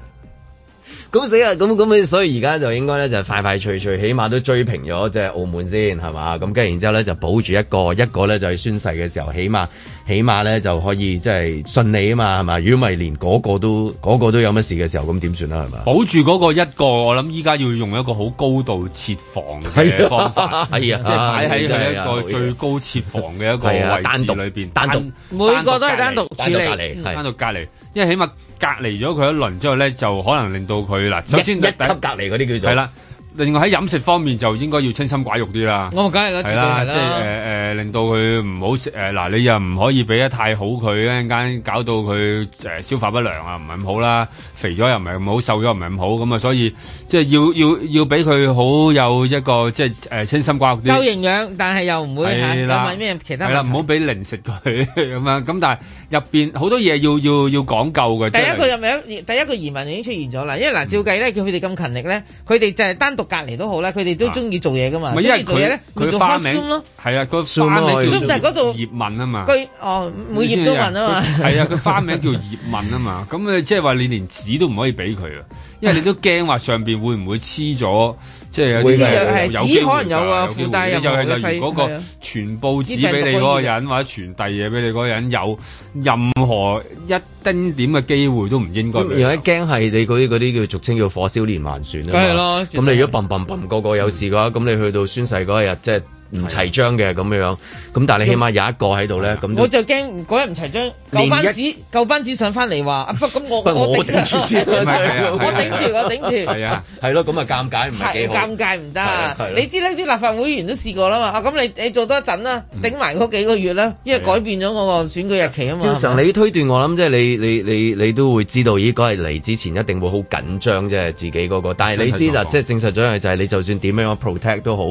咁死啦！咁咁所以而家就應該咧就快快脆脆，起碼都追平咗即係澳門先係嘛？咁跟住然之後咧就保住一個，一個咧就係宣誓嘅時候，起碼起碼咧就可以即係順利啊嘛係嘛？如果唔係連嗰個都嗰、個都有乜事嘅時候，咁點算啦係嘛？保住嗰個一個，我諗依家要用一個好高度設防嘅方 (laughs) 法，係啊即係擺喺佢係啊一個最高設防嘅一個係啊單獨位置裏邊，單獨每個都係單獨單獨隔離係嗯單獨隔離，因為起碼隔離咗佢一輪之後咧，就可能令到佢嗱，首先一一第級隔離嗰啲叫做係啦。另外喺飲食方面就應該要清心寡欲啲啦。我梗係啦，絕係對啦，係即啦。係誒誒，令到佢唔好食誒嗱，你又唔可以俾得太好佢，一陣間搞到佢誒消化不良啊，唔係咁好啦，肥咗又唔係咁好，瘦咗又唔係咁好，咁啊，所以即係要要要俾佢好有一個即係誒清心寡欲夠啲。營養，但係又唔會嚇係有啦問咩其他係啦，問唔好題。俾零食 (laughs) 佢咁樣，咁但係入邊好多嘢要要要講究嘅。第即係一個入名，第一個移民已經出現咗啦。因為嗱，照計咧，叫佢哋咁勤力咧，佢哋就係單獨隔離都好啦，佢哋都中意做嘢噶嘛。唔係因中為意做嘢佢咧，咪佢做花 hot 名 zoom 咯，係啊，個 Zoom 花名咯叫 Zoom，但係嗰度葉問啊嘛。居哦每頁都問啊嘛。係啊，佢花名叫葉問啊嘛，咁你即係話你連紙都唔可以俾佢啊，因為你都驚話上邊會唔會黐咗，即係有會啲㗎人有紙機會可能有啊機會附帶有你就冇係嘅例如嗰細係個啊傳報紙俾你嗰個人，或者傳遞嘢俾你嗰個人，有任何一丁點嘅機會都唔應該咁俾而佢。家驚係你嗰啲嗰啲叫俗稱叫火燒連環船啊嘛梗係啦絕對咁你如果砰砰砰個個有事嘅話，咁你去到宣誓嗰一日即係唔齊章嘅咁樣，咁但係你起碼有一個喺度咧，咁 (laughs) 都我就驚嗰日唔齊張連一舊班子舊班子上翻嚟話，啊不咁我不過我頂頂住 (laughs) 先我啦，係啊係啊頂住我頂住。係啊，係咯，咁啊尷尬唔係係幾好。尷尬唔係係得咯，你知呢啲立法會議員都試過啦嘛，啊咁你你做多一陣啦，頂埋嗰幾個月啦，因為係啊改變咗我個選舉日期啊嘛。正常你推斷我諗，即係你你你你都會知道，咦嗰日嚟之前一定會好緊張，即係自己嗰個。但係你知啦，即係證實咗一樣就係你就算點樣 protect 都好，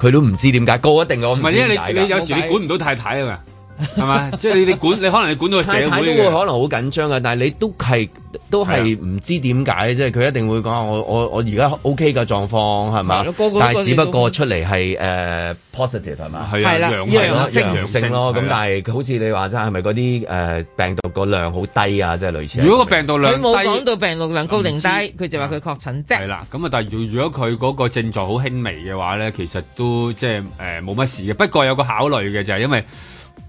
佢都唔知點解，個一定我唔唔知係因點為解你㗎你有時你管唔到太太啊嘛，係嘛？ (laughs) 即係你你管你可能你管到社太太都會會可能嘅。好緊張嘅，但係你都係都係啊唔知點解，即係佢一定會講啊我我我而家 OK 嘅狀況係嘛係咯個個都，但係覺得只不過出嚟係誒 positive 係嘛。係啊係啦陽係咯陽性陽性咯，係咁啊但係好似你話齋，係咪嗰啲誒病毒個量好低啊？即係類似係咁樣。如果個病毒量佢冇低講到病毒量高定低，唔佢就話佢確診係啫。啦，咁啊，但係如如果佢嗰個症狀好呃輕微嘅話咧，其實都即係誒冇乜事嘅。不過有個考慮嘅就係因為。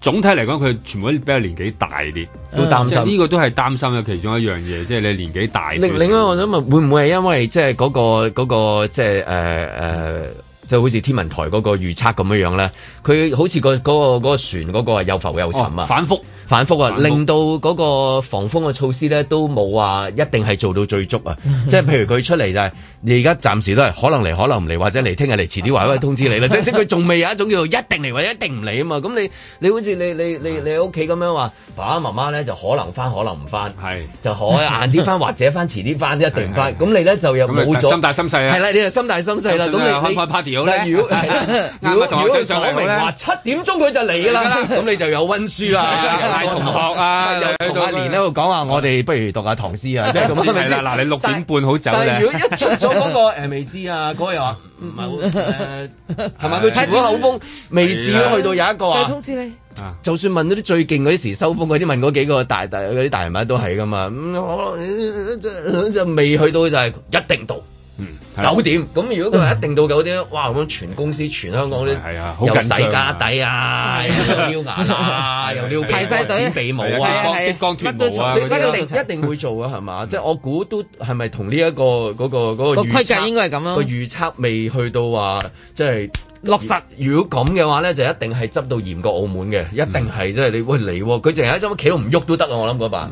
總體嚟講，佢全部都比較年紀大啲，都擔心即係呢個都係擔心嘅其中一樣嘢，即係你年紀大少少。另另外，我想問，會唔會係因為即係嗰個嗰、個即係誒誒，呃即係好似天文台嗰個預測咁樣樣咧？佢好似、個嗰、個嗰個船嗰個係又浮又沉啊、哦反覆反覆啊，反覆令到嗰個防風嘅措施咧都冇話一定係做到最足啊。嗯即係譬如佢出嚟就係、你而家暫時都係可能嚟，可能唔嚟，或者嚟聽日嚟，遲啲話喂通知你 (laughs) 啦。即即係佢仲未有一種叫做一定嚟或者一定唔嚟啊嘛。咁你你好似你你你你喺屋企咁樣話，爸爸媽媽咧就可能翻，可能唔翻，就可晏啲翻，或者翻遲啲翻，一定唔翻。咁你咧就又冇咗咁你心大心細啊係啦，你就心大心細啦。咁心細啊你你開 party 好咧如 (laughs) 果係啦啱啊如果同學如果仔上嚟講好明咧話七點鐘佢就嚟㗎啦，咁你就有温書啊，係啊有嗌同學啊有同阿連喺度講話，我哋不如讀下唐詩啊，即係咁係係啦咪先嗱你六點半好走但咧係如果一出咗嗰個誒未知啊，嗰個又話唔係好誒，係咪佢全部口風未至於去到有一個再啊通？知你。就算問嗰啲最勁嗰啲時收風嗰啲，問嗰幾個大大嗰啲大人物都係噶嘛，嗯呃咁可能呃就未去到就係一定到。嗯九點咁，如果佢 (laughs) 係一定到九點，哇！咁全公司、全香港啲係啊好緊又張啊洗家底啊，又撩眼 (laughs) 啊，又撩鼻排晒隊又剪鼻毛係啊係啊啊，係啊激光激光脫毛啊乜都做嗰啲啊一 (laughs) 定一定會做啊，係嘛？即係我估都係咪同呢一個嗰個嗰個個規格應該係咁咯咯。個預測未去到話即係。落實，如果咁嘅話咧，就一定係執到嚴過澳門嘅，一定係即係你喂嚟喎，佢淨係喺張企度唔喐都得啊！我諗嗰版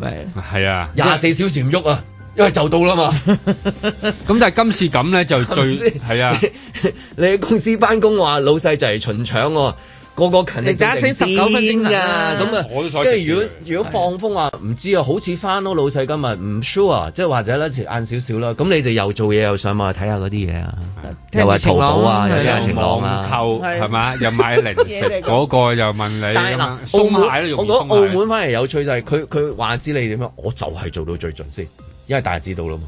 係啊，廿四小時唔喐啊，因為就到啦嘛。咁但係今次咁咧就最係 Dạ, 啊， (laughs) 你喺公司翻工話老細就係巡腸喎，個個勤力你打醒19分精神啊咁我都啊，坐跟直住如果住如果放風話唔知啊，好似翻咯，老細今日唔 sure，即係啊或者咧晏少少啦，咁你就又做嘢又上網去睇下嗰啲嘢啊，又話淘寶啊，又 à. 話晴朗網啊。購係嘛，又買零食嘢嚟㗎嗰個又問你但係哎咁嗱樣，，鬆澳懈門都我覺得容易鬆澳懈。門反而有趣就係佢佢話知你點樣，我就係做到最盡先，因為大家知道啦嘛。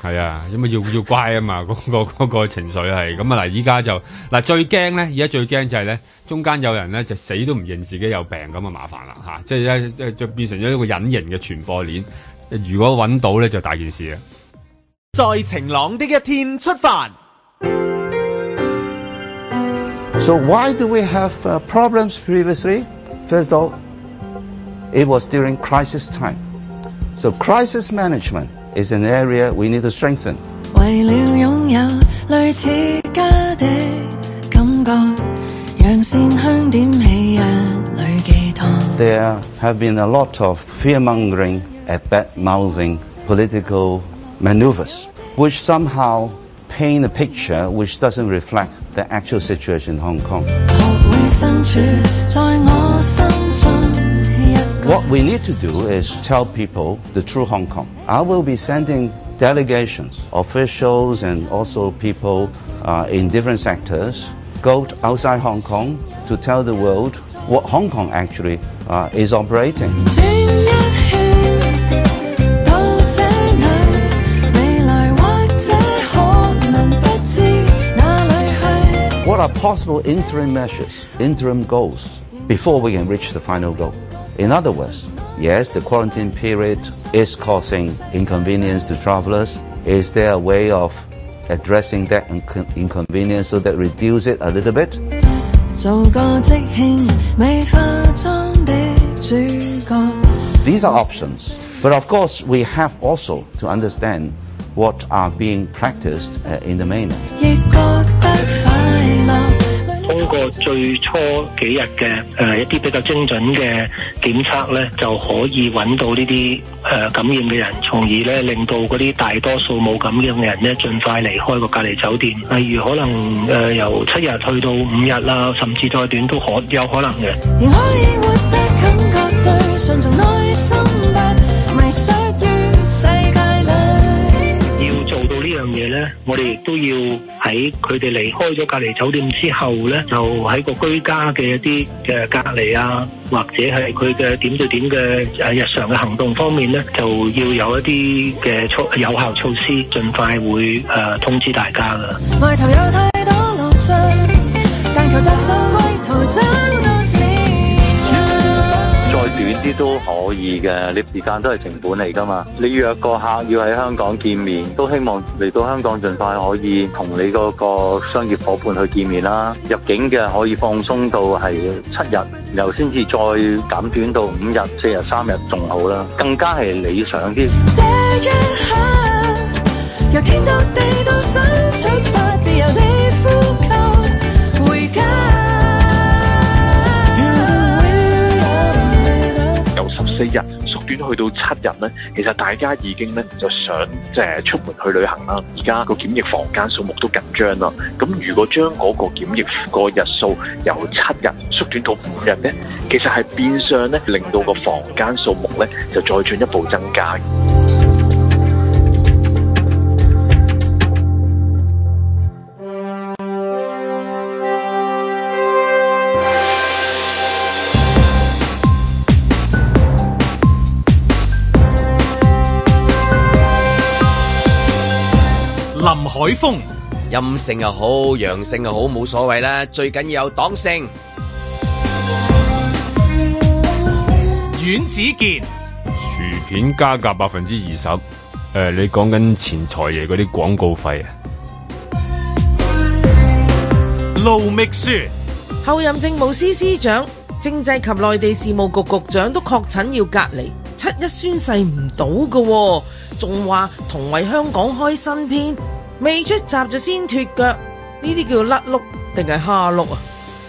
係啊，因為要要乖啊 (laughs) 嘛，嗰、個嗰、個情緒係咁啊！嗱，依家就嗱最驚咧，而家最驚就係咧，中間有人咧就死都唔認自己有病咁啊，麻煩啦嚇！即係一即就變成咗一個隱形嘅傳播鏈。如果揾到咧，就大件事啦。在晴朗的一天出發。 So why do we have uh, problems previously? First of all, it was during crisis time. So crisis management is an area we need to strengthen. 为了擁有類似家的感覺，讓線香點起一縷寄託。 There have been a lot of fear-mongering and bad-mouthing political maneuvers, which somehow paint a picture which doesn't reflect the actual situation in Hong Kong. 會身處在我心中一 What we need to do is tell people the true Hong Kong. I will be sending delegations, officials, and also people uh, in different sectors go to- outside Hong Kong to tell the world what Hong Kong actually uh, is operating. 轉一圈，到這裡，未來或者可能不知哪裡去。 What are possible interim measures, interim goals, before we can reach the final goal? In other words, yes, the quarantine period is causing inconvenience to travelers. Is there a way of addressing that incon- inconvenience so that reduce it a little bit? 做個即興未化妝的主角。 These are options. But of course, we have also to understand what are being practiced uh, in the mainland. 亦覺得快樂。通過最初幾日嘅誒一啲比較精準嘅檢測咧，就可以揾到呢啲誒感染嘅人，從而咧令到嗰啲大多數冇感染嘅人咧，盡快離開個隔離酒店。例如可能誒、呃由七日去到五日啦，甚至再短都可有可能嘅。仍可以活得感覺對，順從內心不迷失於世界裏。要做到呢樣嘢呢，我哋亦都要喺佢哋離開咗隔離酒店之後呢，就喺個居家嘅一啲嘅隔離啊，或者係佢嘅點對點嘅誒日常嘅行動方面呢，就要有一啲嘅措有效措施，盡快會誒、呃通知大家噶。外頭有太多樂趣，但求集數歸途找到市場。再短啲都可以嘅，你時間都係成本嚟㗎嘛。你約個客要喺香港見面，都希望嚟到香港盡快可以同你嗰個商業伙伴去見面啦。入境嘅可以放鬆到係七日，然後先至再減短到五日、四日、三日仲好啦，更加係理想啲。這一刻，由天到地都想出發，自由地呼吸，回家。由十四日縮短去到七日咧，其實大家已經咧就想即係出門去旅行啦。而家個檢疫房間數目都緊張啦。咁如果將嗰個檢疫個日數由七日縮短到五日咧，其實係變相咧令到個房間數目咧就再進一步增加。林海峰，陰性又好，陽性又好，冇所謂啦，最緊要有黨性。阮子健，薯片加價百分之二十，誒、你講緊前財爺嗰啲廣告費啊？路觅雪，後任政務司司長、政制及內地事務局局長都確診要隔離，七一宣誓唔到嘅，仲話同為香港開新篇，未出閘就先脱腳，呢啲叫甩碌定係蝦碌啊？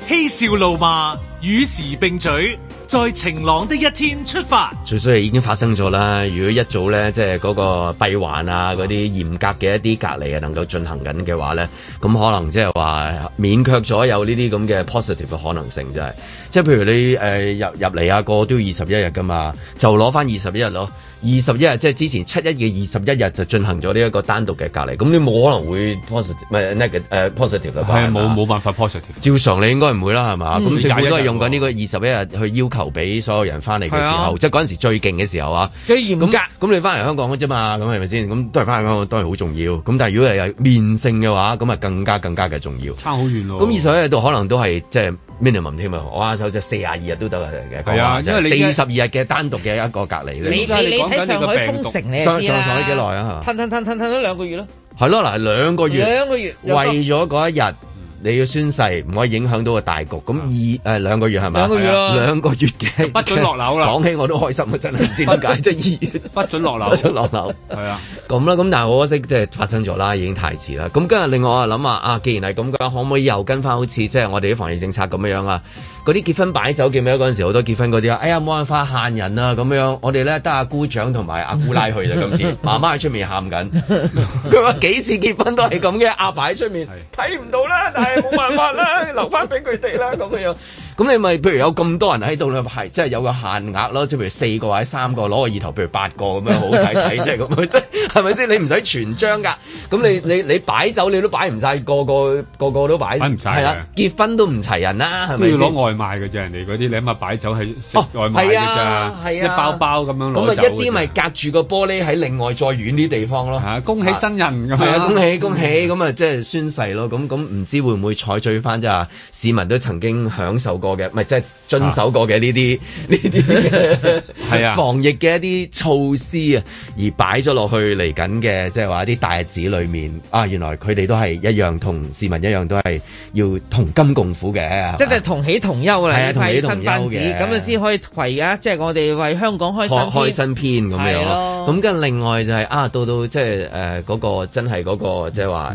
嬉笑怒罵，與時並舉，在晴朗的一天出發。最衰係已經發生咗啦。如果一早咧，即係嗰個閉環啊，嗰啲嚴格嘅一啲隔離啊，能夠進行緊嘅話咧，咁可能即係話免卻咗有呢啲咁嘅 positive 嘅可能性，真係。即係譬如你誒、呃入入嚟啊，個都要二十一日噶嘛，就攞翻二十一日咯。二十一日即係之前七一嘅二十一日就進行咗呢一個單獨嘅隔離，咁你冇可能會 positive 唔係 negative 誒 positive 啦，係啊係嘛冇冇辦法 positive。照常你應該唔會啦，係嘛？嗯咁政府都係21用緊呢個二十一日去要求俾所有人翻嚟嘅時候，係啊即係嗰陣時最勁嘅時候啊！最嚴格，咁你翻嚟香港嘅啫嘛，咁係咪先？咁都係翻嚟香港，當然好重要。咁但係如果係面聖嘅話，咁啊更加更加嘅重要。差好遠咯。咁二十一日度可能都係即係 minimum 添啊！我下手即係四廿二日都得嘅，講係啊話即係因為你四十二日嘅單獨嘅一個隔離你你你睇上海封城你就上知啦。上海幾耐啊？褪褪褪褪褪咗兩個月咯，係咯，嗱兩個月，兩個月為咗嗰一日。嗯你要宣誓，唔可以影響到個大局。咁二誒兩個月係咪？兩個啊月 (laughs) 啦兩個月嘅不准落樓啦講起我都開心啊！真係唔知點 (laughs) 解，即 (laughs) 係二月不准落樓不准落樓。係啊，咁啦，咁但係好可惜，即係發生咗啦，已經太遲啦。咁跟住另外我就諗啊，啊，既然係咁嘅，可唔可以又跟翻好似即係我哋啲防疫政策咁樣樣啊？嗰啲結婚擺酒記唔記得嗰陣時好多結婚嗰啲啊？哎呀，冇辦法限人啊咁樣，我哋咧得阿姑丈同埋阿姑奶去啦，今次媽媽喺出面喊緊，佢話幾次結婚都係咁嘅，阿爸喺出面。睇唔到啦，但係冇辦法 (laughs) 啦，留翻俾佢哋啦咁樣。咁你咪譬如有咁多人喺度咧，係即係有個限額咯，即係譬如四個或者三個攞個意頭，譬如八個咁樣好睇睇，即係 (laughs) 咁樣，即係係咪先？你唔使全張㗎，咁你你你擺酒你都擺唔晒，個個個個都擺擺唔晒係啦，結婚都唔齊人啦，係都咪要先？哦攞外賣嘅啫，人哋嗰啲你諗下擺酒係食外賣嘅係啊咋，係一啊包包咁樣咁攞啊走一嘅啲咪隔住個玻璃喺另外再遠啲地方咯。啊恭喜新人咁樣係啊，恭喜恭喜！咁啊，即係宣誓咯。咁咁唔知會唔會採取翻即係市民都曾經享受過嘅，唔係即係遵守過嘅呢啲呢啲係啊防疫嘅一啲措施啊，而擺咗落去嚟緊嘅即係話一啲大日子裏面啊，原來佢哋都係一樣同市民一樣都係要同甘共苦嘅。係嘛即係同喜同憂係啦，啊呢同喜批同憂新班子嘅咁啊先可以為啊，即係我哋為香港開新篇開新篇咁樣係咯咯。咁跟住另外就係、啊，到到即係誒嗰個真係嗰、個即係話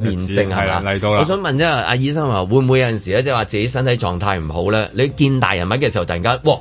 誒面性係係嘛嗯啦嚟到啦我想問一下阿醫生話，會唔會有陣時咧，即係話自己身體狀態唔好咧，你見大人物嘅時候，突然間哇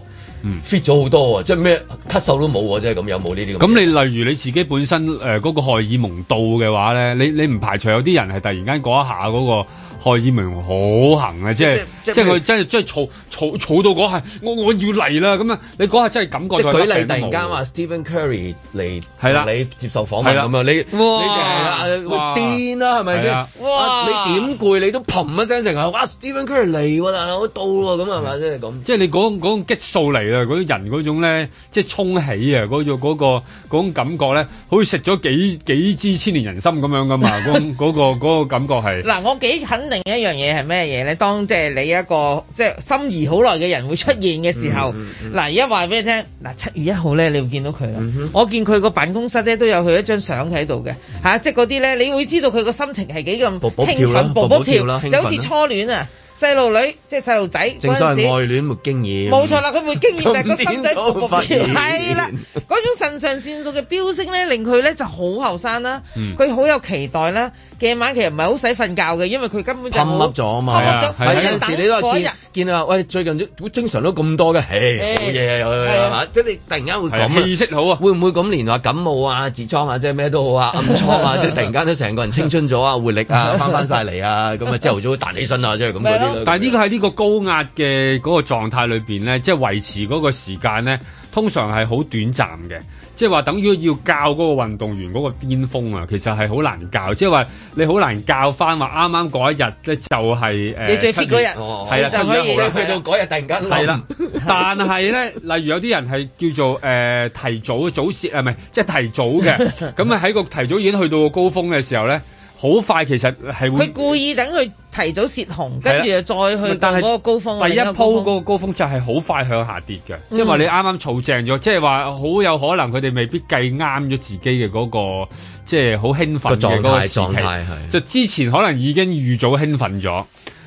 嗯 fit 咗好多喎，啊即係咩咳嗽都冇喎，即係咁有冇呢啲咁你例如你自己本身呃誒嗰、個荷爾蒙到嘅話咧，你你唔排除有啲人係突然間嗰一下嗰個荷爾蒙好行啊，即係即即即係佢真係真係嘈嘈嘈到嗰下，我我要嚟啦咁啊！你嗰下真係感覺即係舉到一例，病突都冇啊然間話 Stephen Curry 嚟係啦同你接受訪問係啦咁啊，你你就哇係啊會哇癲啦，係咪先？係啊哇！啊你點攰你都砰一聲成啊！哇！Stephen Curry 嚟喎，大佬到喎，咁係咪即係咁？即係你嗰嗰種激素嚟啊，嗰啲人嗰種咧，即係衝起啊，嗰種嗰個嗰種感覺咧，好似食咗幾幾支千年人參咁樣噶嘛，嗰種嗰個嗰個感覺係。嗱，我幾肯定一樣嘢係咩嘢咧？當即係你一個即係心儀好耐嘅人會出現嘅時候，嗯嗱而家話俾你聽，嗱七月一號咧，你會見到佢啦。嗯我見佢個辦公室咧都有佢一張相喺度嘅，嚇、即係嗰啲咧，你會知道佢個心情係幾咁卜跳興啦奮，卜步卜步跳啦跳，就好興奮啦似初戀啊，細路女即係細路仔嗰正所謂陣時。愛戀沒經驗，冇錯啦，佢會經驗，但係個心仔咁點都步步跳，發現係啦，嗰種腎上腺素嘅飆升咧，令佢咧就好後生啦嗯，佢好有期待啦。夜晚其實唔係好使瞓覺嘅，因為佢根本就冚好噏咗啊嘛，冚噏咗係有陣時你都話嗰一日見見啊，喂，最近都正常都咁多嘅，唉，誒好嘢啊又係啊嘛，即係你突然間會係咁氣息好啊，會唔會咁連話感冒啊、痔瘡啊，即係咩都 (laughs) 好啊、暗瘡啊，即係突然間都成個人青春咗啊、活力 (laughs) 啊翻翻晒嚟啊，咁啊朝頭早彈起身啊，即係咁嗰啲啦。但係呢個喺呢個高壓嘅嗰個狀態裏邊咧，即係維持嗰個時間咧，通常係好短暫嘅。即係話等於要教嗰個運動員嗰個巔峰啊，其實係好難教。即係話你好難教翻話啱啱嗰一日咧，就係、呃誒你最 fit 嗰日係啦，你就可以哦7月一號啦啊即係去到嗰日突然間冧係啦。但係咧，例如有啲人係叫做誒、呃提早早泄啊，唔係即係提早嘅。咁啊喺個提早已經去到個高峰嘅時候咧，好快其實係會佢故意等佢提早泄洪，跟住係啦就再去到啊但係嗰個高峰。第一另個高鋪峰嗰個高峰就係好快向下跌嘅，嗯即係話你啱啱儲正咗，即係話好有可能佢哋未必計啱咗自己嘅嗰、個，即係好興奮嘅個狀態嗰個時期狀態係就之前可能已經預早興奮咗。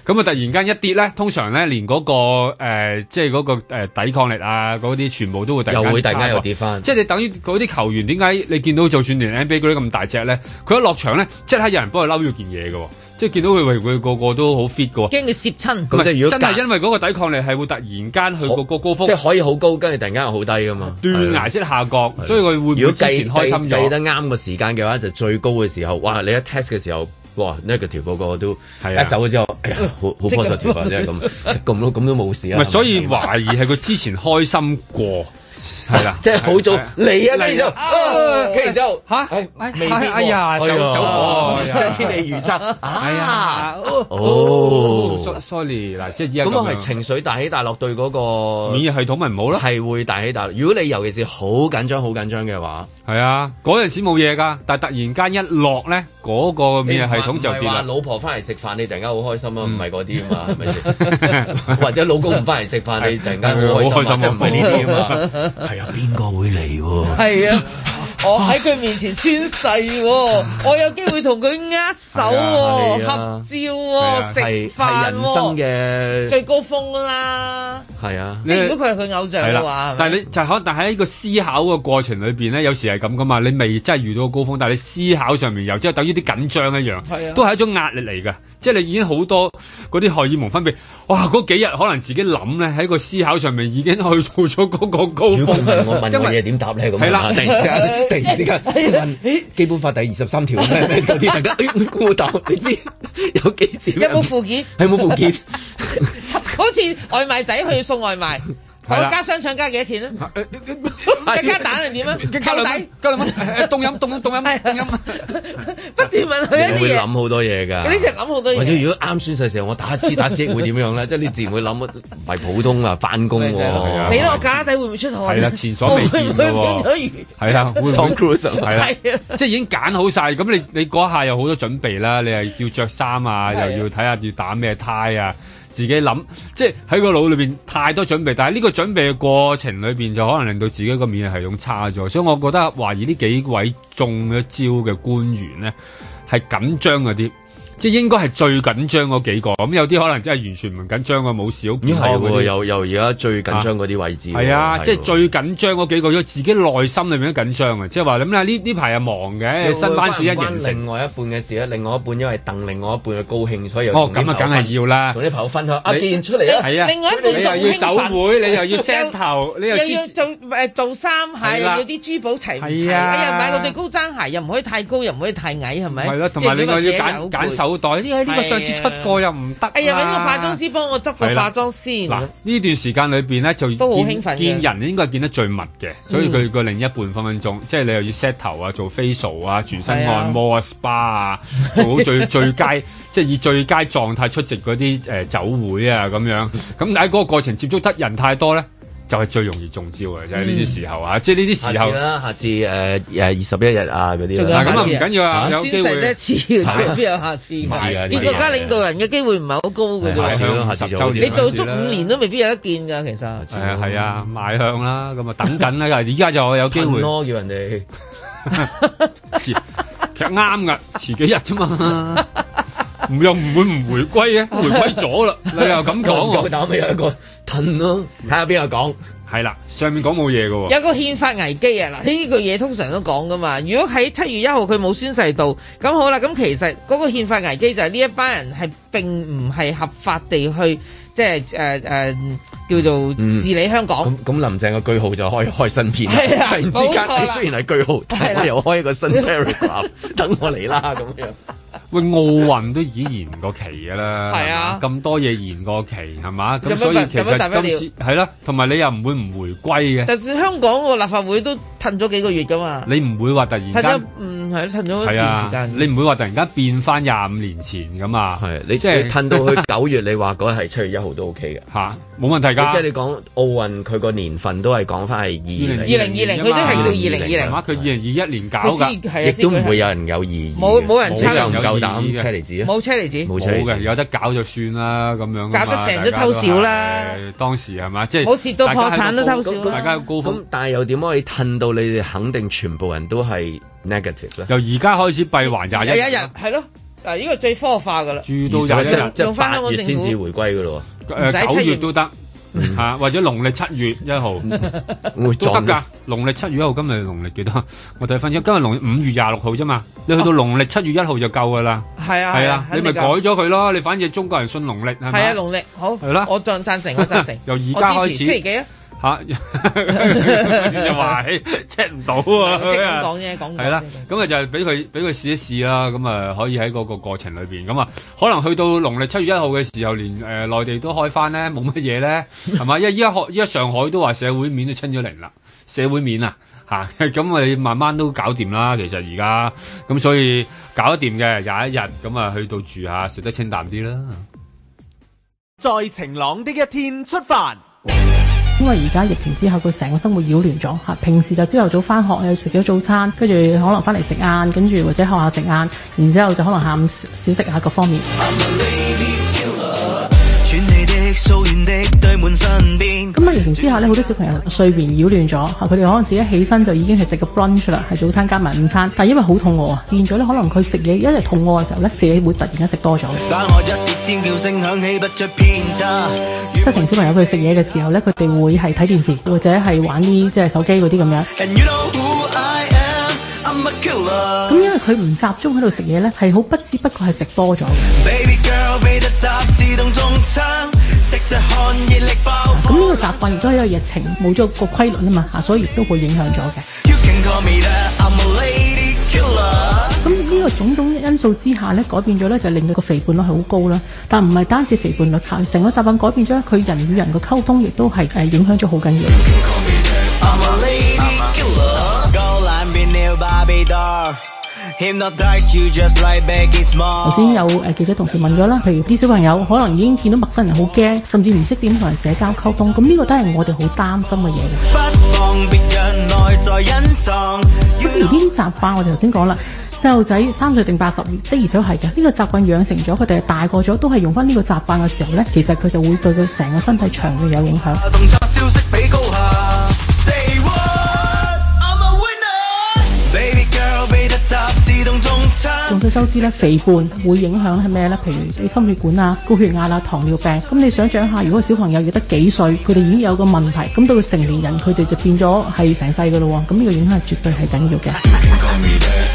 咁啊！突然間一跌咧，通常咧連嗰、個、呃、即係嗰、個、呃、抵抗力啊，嗰啲全部都會突然間又會突然間差喎又跌返即係你等於嗰啲球員點解你見到就算連 NBA 嗰啲咁大隻咧，佢一落場咧，即刻有人幫佢嬲咗件嘢嘅喎，即係見到佢喂佢個個都好 fit 嘅喎，驚佢攝親，唔係真係因為嗰個抵抗力係會突然間去個個高峰，即係可以好高，跟住突然間又好低噶嘛，斷崖式下降，所以佢會唔會如果之前開心計計得咗？啱個時間嘅話，就最高嘅時候，哇！你一 test 嘅時候，哇 negative 嗰個都啊一走咗之後，哎呀，好好即刻 positive 啊，即係咁，咁都咁都冇事唔係，啊。所以懷疑係佢之前開心過，係啦，即係好早係啊嚟啊，跟住就啊，跟住嚟之後嚇，未必哎喎哎呀，走哎呀走火， (laughs) 即係天氣預 (laughs) 測哎啊。哦，so-，sorry 嗱，即係而家咁我係樣情緒大起大落，對嗰個免疫系統咪唔好啊咯，係會大起大落。如果你尤其是好緊張、好緊張嘅話，係啊，嗰陣時冇嘢㗎，但係突然間一落咧，嗰個免疫系統就你唔跌係話啦。老婆翻嚟食飯，你突然間好開心啊，唔係嗰啲啊嘛，係咪先？ (laughs) 或者老公唔翻嚟食飯，你突然間好開心啊，係即係唔係呢啲啊嘛？係啊，邊個會嚟喎係啊， (laughs) 我喺佢面前宣誓喎，我有機會同佢握手喎，係啊合照喎，食飯係喎，人生嘅最高峰啦。係啊，即係如果佢係佢偶像係嘅啦話，，係但咪係你就係可，但係喺個思考嘅過程裏邊咧，有時係咁噶嘛。你未真係遇到個高峰，但係你思考上面又即係等於啲緊張一樣，係啊都係一種壓力嚟㗎。即係你已經好多嗰啲荷爾蒙分泌，哇！嗰幾日可能自己諗咧喺個思考上面已經去到咗嗰個高峰。我問因我為嘢點答咧？咁係啦啊突然 (laughs) 間，突然之間問基本法第二十三條咩 (laughs) 咩嗰啲，大家誒咁我答，你知有幾次有冇附件？ (laughs) 係冇附件？好似外賣仔去送外賣，我 (laughs) 係啦加雙腸加幾多錢 (laughs) 啊？係再加蛋係點啊？ (laughs) 加扣兩底 (laughs) 蚊，加兩蚊，誒凍飲凍飲凍飲凍飲。不斷問 (laughs) 佢你一會啲諗啊嘢，好多嘢㗎。你就諗好 (laughs) 多或者嘢。如果啱宣誓時候，我打黐打嗝會點樣咧？ (laughs) 即係你自然會諗，唔係普通啊，翻工喎。啊死啦！我假底會唔會出汗？係啦前所未見㗎喎 (laughs) 會唔會變咗魚係啊，會唔會 Tom Cruise 係啦，即係已經揀好晒。咁你你嗰下又好多準備啦，你係要着衫啊，係啊又要睇下要打咩呔啊，自己諗，即係喺個腦裏邊太多準備，但係呢個準備嘅過程裏邊就可能令到自己個免疫系統差咗，所以我覺得懷疑呢幾位中咗招嘅官員咧係緊張嗰啲。即係應該係最緊張嗰幾個，咁有啲可能真係完全唔緊張嘅，冇事好咦健康係哦嗰喎，啲又又而家最緊張嗰啲位置喎。係啊，即係喎最緊張嗰幾個，因為自己內心裏面都緊張啊嘅，即係話咁啦，呢呢排又忙嘅，新班子一關形成另。外一半嘅事咧，另外一半因為鄧另外一半嘅高興，所以又哦，同啲咁朋啊，友梗係要啦。同啲朋友分享啊，你既然出嚟啦，係啊，另外一半仲你又要興酒奮會，你又要 set 頭，你又又要知做誒做衫鞋，係又啦要啲珠寶齊唔齊？係啊哎呀，買個對高踭鞋又唔可以太高，又唔可以太矮，係咪？係啦，同埋即係另外呢個要嘢揀有揀攰手袋，呢個呢個上次出過又唔得啦。哎呀，揾個化妝師幫我執個係啦化妝先。嗱，呢段時間裏邊咧就都好見興奮嘅見人應該係見得最密嘅，所以佢個另一半分分嗯鐘，即係你又要 set 頭啊，做 facial 啊，全身按摩啊，SPA 啊，做好 (laughs) 最最佳，即係以最佳呃狀態出席嗰啲誒酒會啊咁樣。咁但係嗰個過程接觸得人太多咧，就係最容易中招嘅，就係呢啲時候嗯啊！即係呢啲時候下次啦，下次誒誒二十一日啊嗰啲仲有啦，下次啊嗱咁啊唔緊要啊有先成得一次，邊有下次？唔知啊呢啲見國家領導人嘅機會唔係好高嘅係啫係咯喎。下次做你做足五年都未必有得見㗎，其實。係啊係啊，賣向啦，咁啊等緊啦，而家就 (laughs) 有機會褪咯叫人哋遲，其實啱噶，遲幾日啫嘛。唔又唔會唔回歸嘅，回歸咗啦，你又咁 (laughs) 講夠喎唔夠膽咪有一個褪咯，睇下邊個講。係啦，上面講冇嘢嘅喎。有個憲法危機啊！嗱，呢句嘢通常都講噶嘛。如果喺七月一號佢冇宣誓到，咁好啦。咁其實嗰個憲法危機就係呢一班人係並唔係合法地去即係誒誒叫做嗯治理香港。咁咁林鄭嘅句號就開開新篇，係啦突然之冇錯啦間，你哎雖然係句號，但係我又開一個新 paragraph，等 (laughs) 我嚟啦咁樣。喂，奧運都已經延過期㗎啦，係啊係嘛咁多嘢延過期係嘛？有咁乜所以辦其有乜大不實了今次係啦，同埋你又唔會唔回歸就嘅，算香港個立法會都褪咗幾個月噶嘛，你唔會話突然褪咗間。嗯係褪咗一段係時啊間，。你唔會話突然間變翻廿五年前咁啊？係你即係你褪到去 (laughs) 九月，你話嗰日係七月一號都 OK 嘅嚇，冇問題㗎。即係你講奧運佢個年份都係講翻係二零2020佢都係到2020佢二零二一年搞佢先係啊亦都唔會有人有異議，冇冇人冇人參夠膽車厘子啊！冇車厘子，冇冇車厘子嘅，有得搞就算啦，咁樣㗎嘛搞得成都大家偷笑啦係。當時係嘛，即係冇蝕到大家喺破產個都偷高笑啦大家有高峰咁但係又點可以褪到你哋肯定全部人都係 negative 咧？由而家開始閉環有廿一一日係咯，嗱呢個最科學化噶啦，住到廿一日即係用返八香港月政先府至回歸噶咯唔使誒七九月月都得嚇，或者農曆七月一號會都得撞㗎。農曆七月一號，今日農曆幾多？我睇翻，因為今日農曆五月廿六號啫嘛，你去到農曆七月一號就夠㗎啦。係啊係啊，你肯咪定改㗎咗佢咯。你反正中國人信農曆係咪係啊，農曆好，係啦我贊贊成，我贊成 (laughs) 。由而家我開支始持星期幾啊？嚇，就話誒 check 唔到啊，即係咁講 (laughs) 啫講講係啦，咁啊就係俾佢俾佢試一試啦，咁啊可以喺嗰個過程裏邊，咁啊可能去到農曆七月一號嘅時候，連誒內地都開翻咧，冇乜嘢咧，係嘛？因為依家學依家上海都話社會面都清咗零啦，社會面啊。嚇，咁你慢慢都搞掂啦。其實而家咁，所以搞得掂嘅廿一日咁啊，去到住下食得清淡啲啦。在晴朗的一天出發。因為而家疫情之後，佢成個生活擾亂咗嚇。平時就朝頭早翻學又食咗早餐，跟住可能翻嚟食晏，跟住或者學校食晏，然之後就可能下午小小食下各方面。串你的素颜的堆滿身邊。咁啊，疫情之下咧，好多小朋友睡眠擾亂咗嚇，佢哋可能自己起身就已經係食個 brunch 啦，係早餐加埋午餐。但係因為好肚餓啊，變咗咧可能佢食嘢一日肚餓嘅時候咧，自己會突然間食多咗。打我一碟尖叫聲響起，不出偏差。七成小朋友佢食嘢嘅時候咧，佢哋會係睇電視或者係玩啲即係手機嗰啲咁樣。 And you know who I am, I'm a killer. 咁因為佢唔集中喺度食嘢咧，係好不知不覺係食多咗嘅。 Baby girl，俾得集自動中槍，滴着汗熱力爆。咁呢個習慣亦都係因為疫情冇咗個規律啊嘛，嚇，所以亦都會影響咗嘅。 You can call me that, I'm a lady killer。咁呢個種種因素之下咧，改變咗咧就令到個肥胖率係好高啦。但唔係單止肥胖率，嚇成個習慣改變咗，佢人與人嘅溝通亦都係誒影響咗好緊要。 I'm a lady killer。Go line be new Barbie doll。Hypnotize you just like Becky 頭 Small。先有誒記者同事問咗啦，譬如啲小朋友可能已經見到陌生人好驚，甚至唔識點同人社交溝通，咁呢個都係我哋好擔心嘅嘢嚟。不望別人內在隱藏。咁而呢啲習慣，我哋頭先講啦，細路仔三歲定八十，的而且確係嘅。呢、個習慣養成咗，佢哋大個咗都係用翻呢個習慣嘅時候咧，其實佢就會對佢成個身體長遠有影響。動作招式比高下。Say what? I'm a winner. Baby girl，被突襲自動中槍。眾所周知咧，肥胖會影響係咩咧？譬如你心血管啊、高血壓啊、糖尿病。咁你想象下，如果小朋友要得幾歲，佢哋已經有個問題，咁到佢成年人，佢哋就變咗係成世噶咯喎。咁呢個影響係絕對係緊要嘅。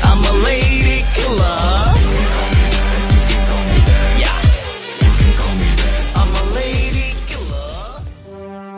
I'm a lady killer. Yeah. I'm a lady killer.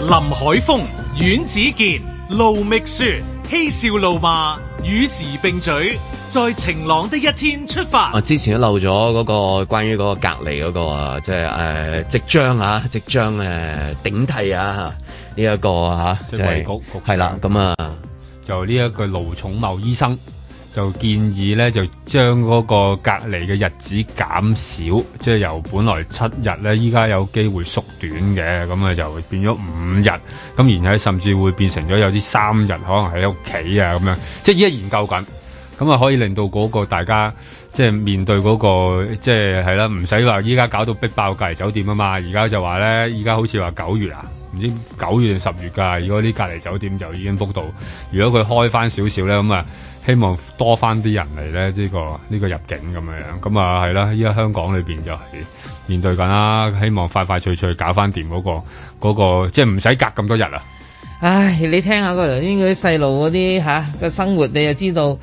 林海峰、阮子健、盧覓雪，嬉笑怒罵，與時並舉，在晴朗的一天出發。啊！之前都漏咗嗰個關於嗰個隔離嗰個啊，即係誒即將啊，即將誒頂替啊呢一個啊，即係係啦，咁啊就呢一個盧寵茂醫生就建議咧，就將嗰個隔離嘅日子減少，即係由本來七日咧，依家有機會縮短嘅，咁啊就變咗五日，咁然後甚至會變成咗有啲三日可能喺屋企啊咁樣，即係依家研究緊。咁啊，可以令到嗰個大家即係面對嗰、個即係係啦，唔使話依家搞到逼爆隔離酒店啊嘛。而家就話咧，而家好似話九月啊，唔知九月定十月㗎。如果啲隔離酒店就已經 book 到，如果佢開翻少少咧，咁啊希望多翻啲人嚟咧，呢、個呢、個入境咁樣樣。咁啊係啦，依家香港裏邊就係面對緊啦，希望快快脆脆搞翻掂嗰個嗰、個，即係唔使隔咁多日啊。唉，你聽下個頭先嗰啲細路嗰啲嚇個生活，你就知道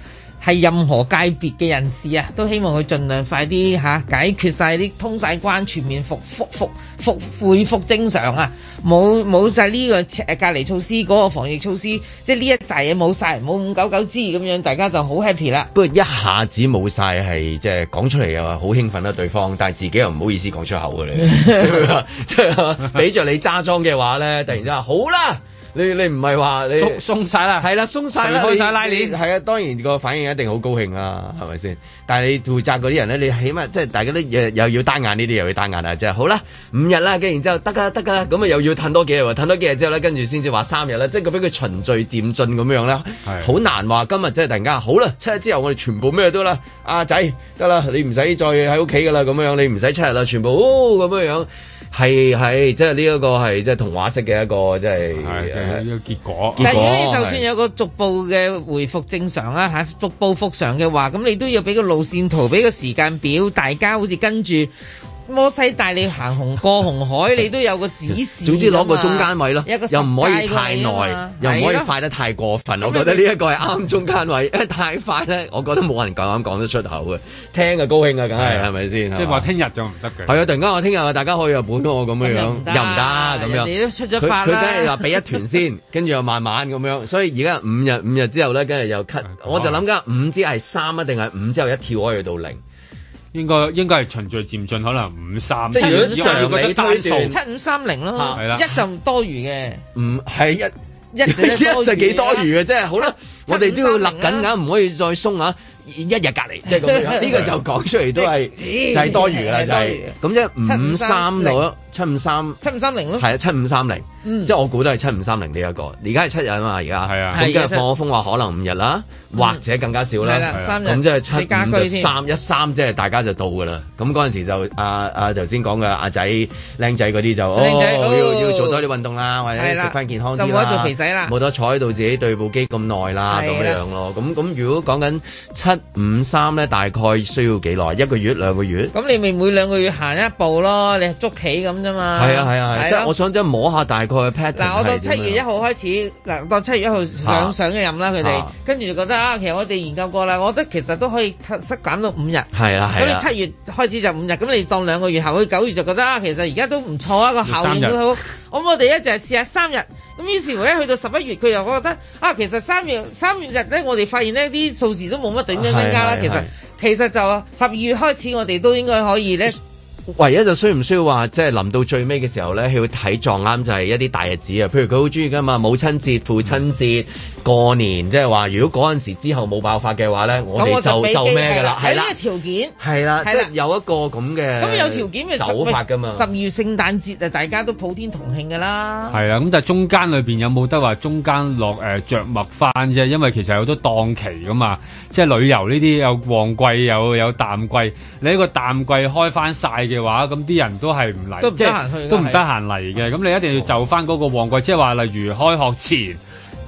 係任何界別嘅人士啊，都希望佢盡量快啲嚇、解決晒啲通晒關，全面復復復復恢復正常啊！冇冇曬呢個赤隔離措施，嗰、個防疫措施，即係呢一紮嘢冇晒，冇五九九支咁樣，大家就好 happy 啦。不過一下子冇晒係即係講出嚟又話好興奮啦啊對方，但係自己又唔好意思講出口嘅你， (laughs) 即係俾着你揸裝嘅話咧，突然之間好啦。你你唔係話你鬆鬆晒啦，係啦，鬆晒啦，除啊開晒你拉鏈你係啊，當然個反應一定好高興啦，係咪先？但係你負責嗰啲人咧，你起碼即係大家都又又要單眼呢啲，又要單眼啊！即係好啦，五日啦，跟然之後得㗎啦，得㗎啦，咁啊又要褪多幾日喎，褪多幾日之後咧，跟住先至話三日啦，即係佢俾佢循序漸進咁樣啦，好難話今日即係突然間好啦，七日之後我哋全部咩都啦，阿仔得啦，你唔使再喺屋企㗎啦，咁樣你唔使七日啦，全部哦咁樣樣。係係，即係呢一個係即係童話式嘅一個，即係呢個結果啊但係如果你就算有個逐步嘅回復正常啦嚇，逐步復常嘅話，咁你都要俾個路線圖，俾個時間表，大家好似跟住摩西帶你行紅過紅海，你都有個指示啊㗎嘛。總之攞個中間位咯，有個又唔可以十戒太過你耐啊嘛，又唔可以係咯快得太過分。我覺得呢一個係啱中間位， (laughs) 因為太快咧，我覺得冇人夠膽講得出口嘅。聽啊高興啊，梗係係咪先？即係話聽日就唔得嘅。係啊！突然間我聽日大家去日本喎，咁樣樣又唔得啊咁樣。啊人哋都出咗發啦佢佢梗係話俾一團先，跟住又慢慢咁樣。所以而家五日五日之後咧，跟住又 cut。我就諗緊五之係三啊，定係五之後一跳可以去到零。應該應該係循序漸進，可能五三。即係如果因為常我覺理得單推斷 (laughs) 數七五三零咯係啦，一就多餘嘅。唔係一。 (laughs) 一就一就幾多餘嘅，即係好啦，啊七我哋都要勒緊㗎，唔可以再鬆啊！一日隔離，即係 (laughs) 咁樣，呢個就講出嚟都係啊咦就係多餘㗎啦，係啊就多係餘咁即係五三六咯，七五三，七五三零咯，係啊，七五三零，嗯即係我估都係七五三零呢一個，而家係七日啊嘛，而家係啊咁係跟啊住放咗風話可能五日啦，或者更加少啦，係啦三日咁即係你家七五居就添三一三，即係大家就到㗎啦。咁嗰陣時就阿阿頭先講嘅阿仔靚仔嗰啲就哦靚仔哦要要做多啲運動啦，或者係啦食翻健康啲就啦冇得做肥仔啦冇得坐喺度自己對部機咁耐啦，咁係啦樣樣咯。咁咁如果講緊七五三咧，大概需要幾耐？一個月兩個月？咁你咪每兩個月行一步咯，你捉棋咁啫嘛。係啊係啊係，即咯係我想即係摸下大概嘅 pattern 嗱，我係點樣當七月一號開始，嗱，當七月一號上啊上嘅任啦，佢哋啊跟住就覺得啊，其實我哋研究過啦，我覺得其實都可以塞塞減到五日。係啊啦係咁啦你七月開始就五日，咁你當兩個月後，佢九月就覺得啊，其實而家都唔錯啊，個效應都好。咁我哋咧就係試下三日，咁於是乎咧去到十一月，佢又覺得啊，其實三月三月日咧，我哋發現呢啲數字都冇乜點樣增加係啦。係其實係其實就十二月開始，我哋都應該可以咧。唯一就需唔需要話，即係臨到最尾嘅時候咧，要睇撞啱就係一啲大日子啊。譬如佢好中意噶嘛，母親節、父親節、過年，即係話如果嗰陣時之後冇爆發嘅話咧，我咁哋就俾就機咩係㗎啦，喺係呢啦個，條件。係啦，即係啦係有一個咁嘅咁有條件咪十呃手法㗎嘛咪。十二月聖誕節啊，大家都普天同慶㗎啦。係啊啦，咁但係中間裏邊有冇得話中間落誒、呃、著墨翻啫？因為其實有好多檔期噶嘛，即係旅遊呢啲有旺季有有淡季，你一個淡季開翻晒嘅話，咁啲人都係唔嚟，都唔得閒去即係㗎都唔得係啊閒嚟嘅。咁你一定要就翻嗰個旺季，即係話例如開學前。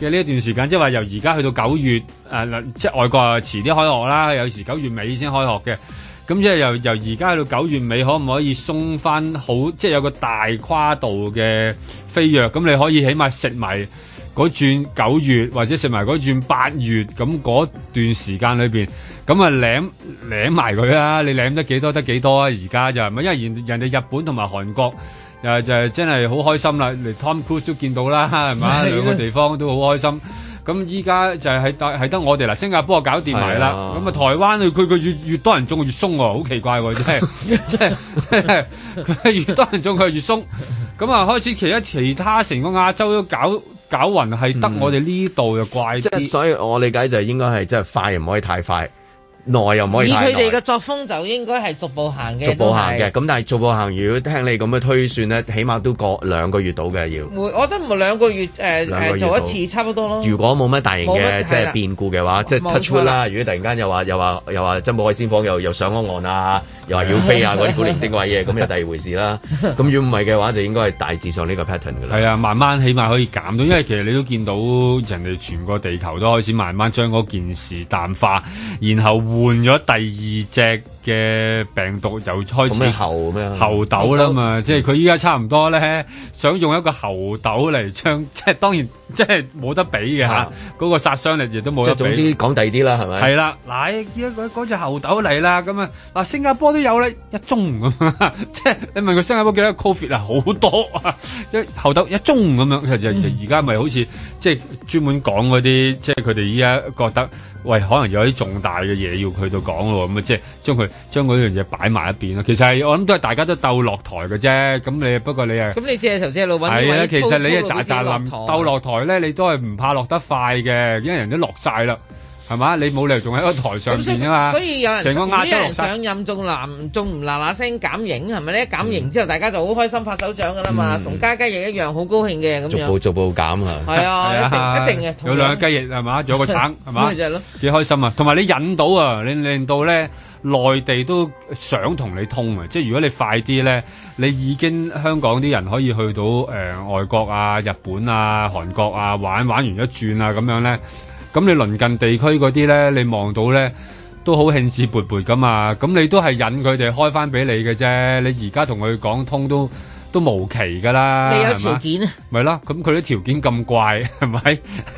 嘅呢一段時間，即係話由而家去到九月，誒、嗱即係外國啊遲啲開學啦，有時九月尾先開學嘅。咁即係由由而家去到九月尾，可唔可以鬆翻好？即係有個大跨度嘅飛躍，咁你可以起碼食埋嗰轉九月，或者食埋嗰轉八月，咁嗰段時間裏邊，咁啊舐舐埋佢啦！你舐得幾多得幾多啊？而家就係咪？因為人人哋日本同埋韓國。又就係真係好開心啦！嚟 Tom Cruise 都見到啦，係嘛？ (laughs) 係啦啊兩個地方都好開心。咁依家就係係得係得我哋啦，新加坡搞掂埋啦。係啊咁啊，台灣佢佢佢越越多人中越鬆喎，好奇怪喎，真係真係佢越多人中佢越鬆。咁啊，開始其他其他成個亞洲都搞搞暈係得我哋呢度就怪即係啲。所以我理解就係應該係即係快又唔可以太快，耐又唔可以以太佢哋耐。嘅作風就應該係逐步行嘅，逐步行嘅，都係。咁但係逐步行，如果聽你咁嘅推算咧，起碼都過兩個月到嘅要。每我覺得每兩個月誒兩個誒月做到一次差不多咯。如果冇乜大型哦冇乜嘅即係係啦變故嘅話，即係冇 touch 錯 wood 啦啦。如果突然間又話又話又話珍寶海鮮舫又又上咗岸啊，又話要飛 (laughs) 啊嗰啲古靈精怪嘢，咁又第二回事啦。咁如果唔係嘅話，就應該係大致上呢個 pattern 㗎啦。係啊，慢慢起碼可以減到，因為其實你都見到人哋全個地球都開始慢慢將嗰件事淡化，然後換咗第二隻嘅病毒又開咁咩始猴咩啊猴痘啦嘛，即係佢依家差唔多咧，想用一個猴痘嚟將，即係當然即係冇得比嘅嚇，嗰個殺傷力亦都冇啊即得係比。總之講第二啲啦，係咪？係啊啦，嗱，依家嗰嗰只猴豆嚟啦，咁啊，嗱，新加坡都有啦，一宗咁 (laughs) 啊，即係你問佢新加坡幾多 Covid 啊，好多 (laughs) 啊，一猴豆一宗咁樣，其實就嗯而家咪好似即係專門講嗰啲，即係佢哋依家覺得，喂，可能有啲重大嘅嘢要去到講咯，咁啊，即係將佢將嗰樣嘢擺埋一邊咯。其實係我諗都係大家都鬥落台嘅啫，咁你不過你啊。咁你借頭借路揾係啲啊，位其鋪實你啊鋪咋路咋俾自冧己鬥落台咧，你都係唔怕落得快嘅，因為人都落晒啦，係嘛？你冇理由仲喺個台上咁所以面啊嘛。所以有人成個如果亞洲有落人晒上。任仲嗱仲唔嗱嗱聲減刑係咪嗯咧？減刑之後大家就好開心拍手掌噶啦嘛，同家雞亦一樣好高興嘅咁逐步樣。逐步減啊。係 (laughs) 啊，一定一定嘅。有兩個雞翼係嘛，仲有個 (laughs) 橙係嘛咪就係咯，幾開心啊！同埋你引到啊，你令到咧內地都想同你通啊！即係如果你快啲咧，你已經香港啲人可以去到誒、呃外國啊、日本啊、韓國啊玩玩完一轉啊咁樣咧，咁你鄰近地區嗰啲咧，你望到咧。都好興致勃勃噶嘛，咁你都係引佢哋開翻俾你嘅啫，你而家同佢講通都都無期噶啦，你有係嘛條件啊？咪啦，咁佢啲條件咁怪，係咪 (laughs)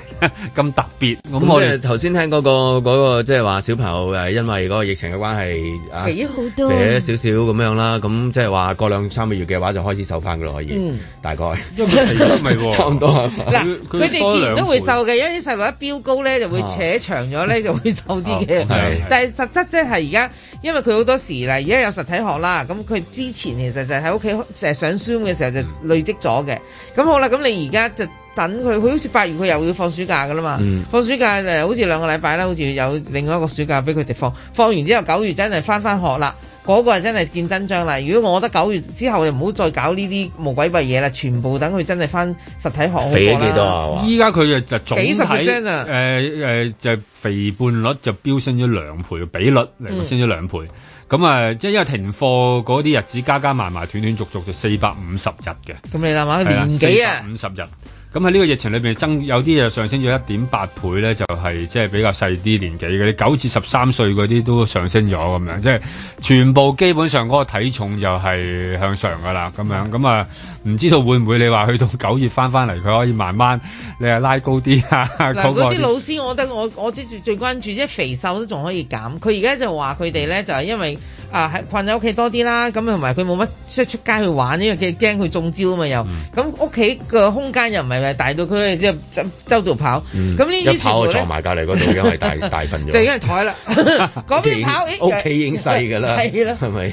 咁特別？咁咁我我哋哋頭先聽嗰、個嗰、個即係話小朋友誒，因為嗰個疫情嘅關係啊，肥咗好多肥咗少少咁樣啦。咁即係話過兩三個月嘅話就開始瘦翻噶啦，可以、嗯大概。因為肥咗咪 (laughs) 喎差唔多係嘛嗱，佢哋自然都會瘦嘅，因為啲細路一飆高咧就啊會扯長咗 (laughs) 咧就會瘦啲嘅哦係。但係實質即係而家，因為佢好多時嗱，而家有實體學啦，咁佢之前其實就係喺屋企誒上 Zoom 嘅時嗯候就累積咗嘅。咁好啦，咁你而家就等佢，佢好似八月佢又要放暑假噶啦嘛。嗯放暑假誒，好似兩個禮拜啦，好似有另外一個暑假俾佢哋放。放完之後九月真係翻翻學啦。嗰、個係真係見真章啦！如果我覺得九月之後就唔好再搞呢啲無鬼閉嘢啦，全部等佢真係翻實體學好過啦。肥咗幾多啊？依家佢就就總體幾十 percent 啊誒誒就肥胖率就飆升咗兩倍，比率嚟講嗯升咗兩倍。咁啊，即係因為停課嗰啲日子加加埋埋斷斷續續就四百五十日嘅。咁你諗下年幾啊？五十日。咁喺呢個疫情裏邊增有啲嘢啊上升咗一點八倍咧，就係即係比較細啲年紀嘅，你九至十三歲嗰啲都上升咗咁樣，即係全部基本上嗰個體重就係向上噶啦咁樣。嗯咁啊，唔知道會唔會你話去到 (laughs) 九月翻翻嚟，佢可以慢慢你係拉高啲啊嗱，嗰個嗰啲老師，我覺得我我即係最關注，即係肥瘦都仲可以減。佢而家就話佢哋咧就係因為啊喺困喺屋企多啲啦，咁同埋佢冇乜即係出街去玩，因為佢驚佢中招啊嘛又。咁屋企個空間又唔係話大到佢即係周周度跑。嗯咁呢一啲全跑就部咧撞埋隔離嗰 (laughs) 度，因為大大份咗。就 (laughs) 因為台啦，嗰邊跑咦屋企已經細㗎啦，係啦。係咪？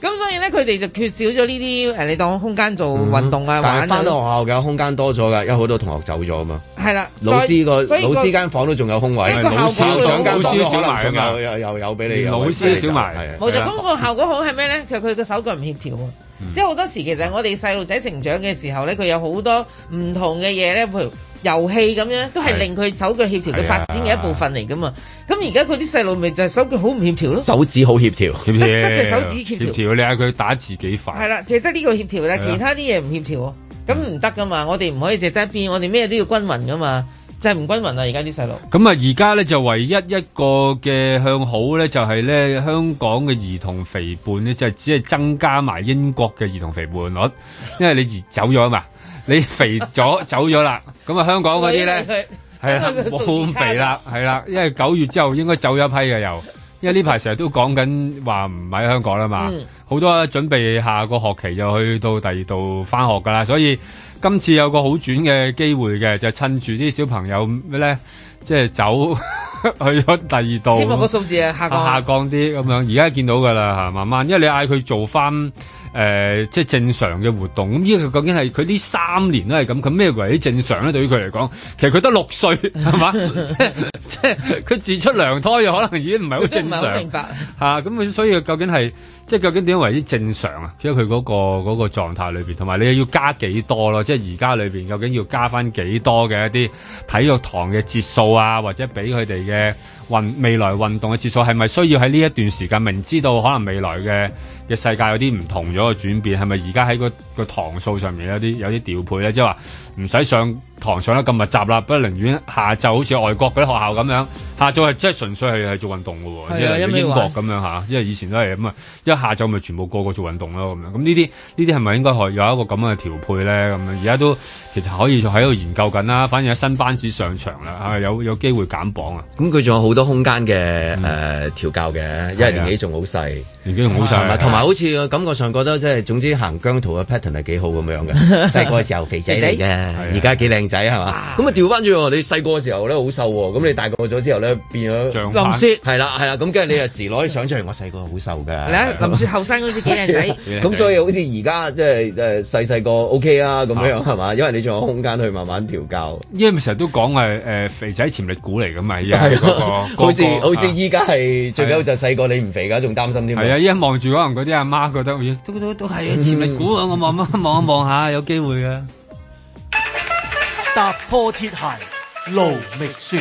咁所以咧佢哋就缺少咗呢啲誒，你當空間做運動啊但係玩翻啊。到學校嘅空間多咗㗎，因為好多同學走咗啊嘛。係啦，老師個再所以老師間房都仲有空位，即係個老師效果會長間好房老可師少能埋仲㗎有有有有俾你有啊老位師俾你少走埋係啊冇錯，係啊咁個效果好係咩咧？就佢個手腳唔協調啊！嗯即係好多時其實我哋細路仔成長嘅時候咧，佢有好多唔同嘅嘢咧，譬如遊戲咁樣，都係係令佢手腳協調係啊嘅發展嘅一部分嚟噶嘛。咁而家佢啲細路咪就係手腳好唔協調咯，手指好協調，協調得隻手指協調協調，你嗌佢打字幾快？係啦，淨係得呢個協調啦，係啊其他啲嘢唔協調喎，咁唔得噶嘛。我哋唔可以淨得一邊，我哋咩都要均勻噶嘛，就係唔均勻啦。而家啲細路咁啊，而家咧就唯一一個嘅向好咧，就係咧香港嘅兒童肥胖咧，就係只係增加埋英國嘅兒童肥胖率，因為你移走咗啊嘛，你肥咗走咗啦，咁啊香港 (laughs) 嗰啲咧係啦因為佢數啊冇字咁差肥啦，係啦，因為九月之後應該走咗一批嘅又，因為呢排成日都講緊話唔喺香港啦嘛嗯，好、多準備下個學期就去到第二度翻學噶啦，所以今次有個好轉嘅機會嘅，就趁住啲小朋友咧。即係走 (laughs) 去咗第二度，希望個數字係下降啊啊下降啲咁樣。而家見到㗎啦嚇，慢慢，因為你嗌佢做翻誒、誒即係正常嘅活動。咁呢個究竟係佢呢三年都係咁，咁咩為之正常咧？對於佢嚟講，其實佢得六歲係嘛，即係即係佢自出娘胎又可能已經唔係好正 (laughs) 唔係常。好明白 (laughs) 嚇咁佢所以究竟係即係究竟點樣為之正常啊？即係佢嗰個嗰、個狀態裏邊，同埋你要加幾多咯？即係而家裏邊究竟要加翻幾多嘅一啲體育堂嘅節數啊，或者俾佢哋嘅運未來運動嘅節數，係咪需要喺呢一段時間明知道可能未來嘅嘅世界有啲唔同咗嘅轉變，係咪而家喺個個堂數上面有啲有啲調配咧？即係話唔使上堂上得咁密集啦，不如寧願下晝好似外國嗰啲學校咁樣，下晝係真係純粹係係做運動嘅喎，係啊因一為味英國玩咁樣嚇，因為以前都係咁啊，一下晝咪全部個個做運動咯咁樣。咁呢啲呢啲係咪應該可有一個咁樣嘅調配咧？咁樣而家都其實可以喺度研究緊啦，反而喺新班子上場啦，啊有有機會減磅啊！咁佢仲有好多空間嘅誒調教嘅，因為年紀仲好細，年紀仲好細係咪啊同埋好似感覺上覺得即係總之行疆途嘅 pattern 係幾好咁樣嘅。細個嘅時候肥仔嚟肥仔嘅，而家幾靚仔係嘛？咁啊調翻轉喎，你細個嘅時候咧好瘦喎，咁你大個咗之後咧變咗板林雪係啦係啦，咁跟住你又時攞啲相出嚟，我細個好瘦㗎。你 (laughs) 睇林雪後生好似幾靚仔，咁所以好似而家即係誒細細個 OK 啊咁樣係嘛？因為你仲有空間去慢慢調教。因為成日都講係誒肥仔潛力股嚟㗎嘛，而家係嗰個咯， (laughs) 好似嗰個好啊似依家係最緊要就係細個你唔肥㗎，仲擔心添。係啊，依家望住可能嗰啲阿媽覺得，咦，都都都係潛力股啊！我望一望一望下，有機會嘅。踏破鐵鞋路未雪。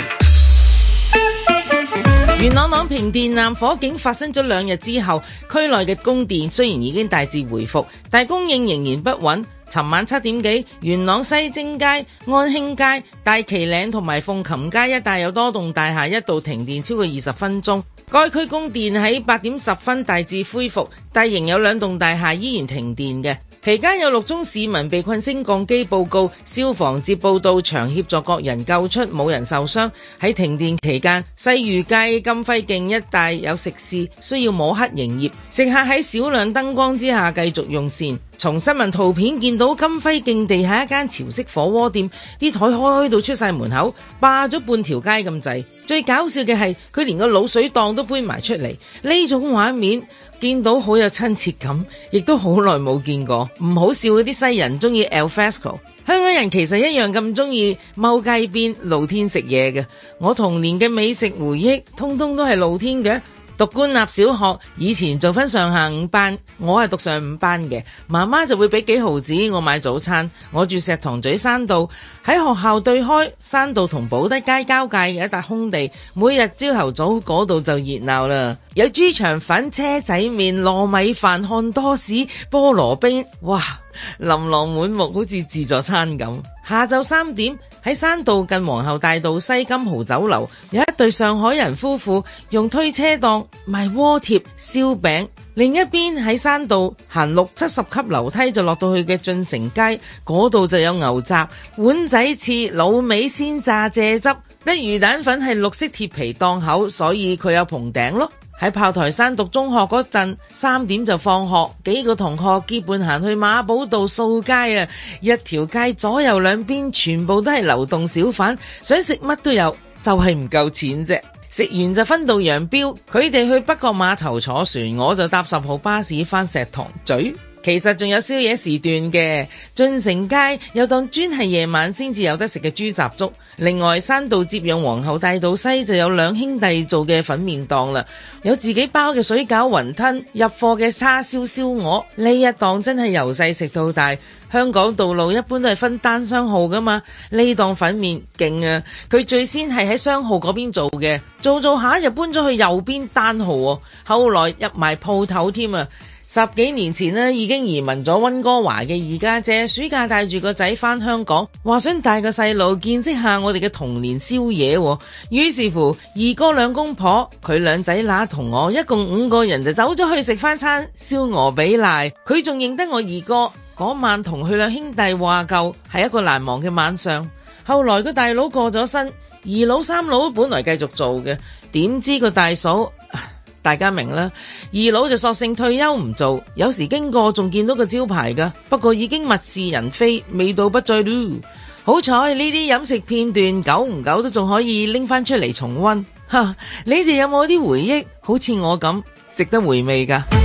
元朗朗屏電纜火警發生咗兩日之後，區內嘅供電雖然已經大致回復，但供應仍然不穩。尋晚七點幾，元朗西精街、安興街、大旗嶺同埋鳳琴街一帶有多棟大廈一度停電超過二十分鐘。該區供電喺八點十分大致恢復，但仍有兩棟大廈依然停電嘅。期間有六宗市民被困升降機報告，消防接報到場協助各人救出，冇人受傷。喺停電期間，西裕街金輝徑一帶有食肆需要摸黑營業，食客喺少量燈光之下繼續用膳。從新聞圖片見到金輝徑地下一間潮式火鍋店，啲台開到出晒門口，霸咗半條街咁滯。最搞笑嘅係，佢連個滷水檔都搬埋出嚟，呢種畫面見到好有親切感，亦都好耐冇見過。唔好笑嗰啲西人中意 al fresco，香港人其實一樣咁中意踎街邊露天食嘢嘅。我童年嘅美食回憶，通通都係露天嘅。讀官立小學以前做分上下午班，我係讀上午班嘅，媽媽就會俾幾毫子我買早餐。我住石塘咀山道，喺學校對開山道同寶德街交界嘅一笪空地，每日朝頭早嗰度就熱鬧啦。有豬腸粉、車仔麵、糯米飯、漢多士、菠蘿冰，哇！琳琅滿目，好似自助餐咁。下晝三點喺山道近皇后大道西金豪酒樓，有一對上海人夫婦用推車檔賣鍋貼、燒餅。另一邊喺山道行六七十級樓梯就落到去嘅進城街，嗰度就有牛雜、碗仔翅、滷味鮮榨蔗汁。啲魚蛋粉係綠色鐵皮檔口，所以佢有棚頂咯。喺炮台山讀中學嗰陣，三點就放學，幾個同學結伴行去馬寶道掃街啊！一條街左右兩邊全部都係流動小販，想食乜都有，就係唔夠錢啫。食完就分道揚镳，佢哋去北角碼頭坐船，我就搭十號巴士返石塘咀。其實仲有宵夜時段嘅，進城街有檔專係夜晚先至有得食嘅豬雜粥。另外，山道接壤皇后大道西就有兩兄弟做嘅粉麵檔啦，有自己包嘅水餃、雲吞，入貨嘅叉燒燒鵝。呢一檔真係由細食到大。香港道路一般都係分單雙號噶嘛，呢檔粉麵勁啊！佢最先係喺雙號嗰邊做嘅，做做下就搬咗去右邊單號喎，後來入埋鋪頭添啊！十幾年前呢，已經移民咗溫哥華嘅二家姐，暑假帶住個仔返香港，話想帶個細路見識下我哋嘅童年宵夜喎。於是乎，二哥兩公婆佢兩仔乸同我一共五個人就走咗去食翻餐燒鵝比賴，佢仲認得我二哥。嗰晚同佢兩兄弟話舊，係一個難忘嘅晚上。後來個大佬過咗身，二佬三佬本來繼續做嘅，點知個大嫂。大家明啦。二佬就索性退休唔做，有時經過仲見到個招牌噶，不過已經物是人非，味道不再嚕。好彩呢啲飲食片段，久唔久都仲可以拎翻出嚟重溫。哈！你哋有冇啲回憶？好似我咁，值得回味噶。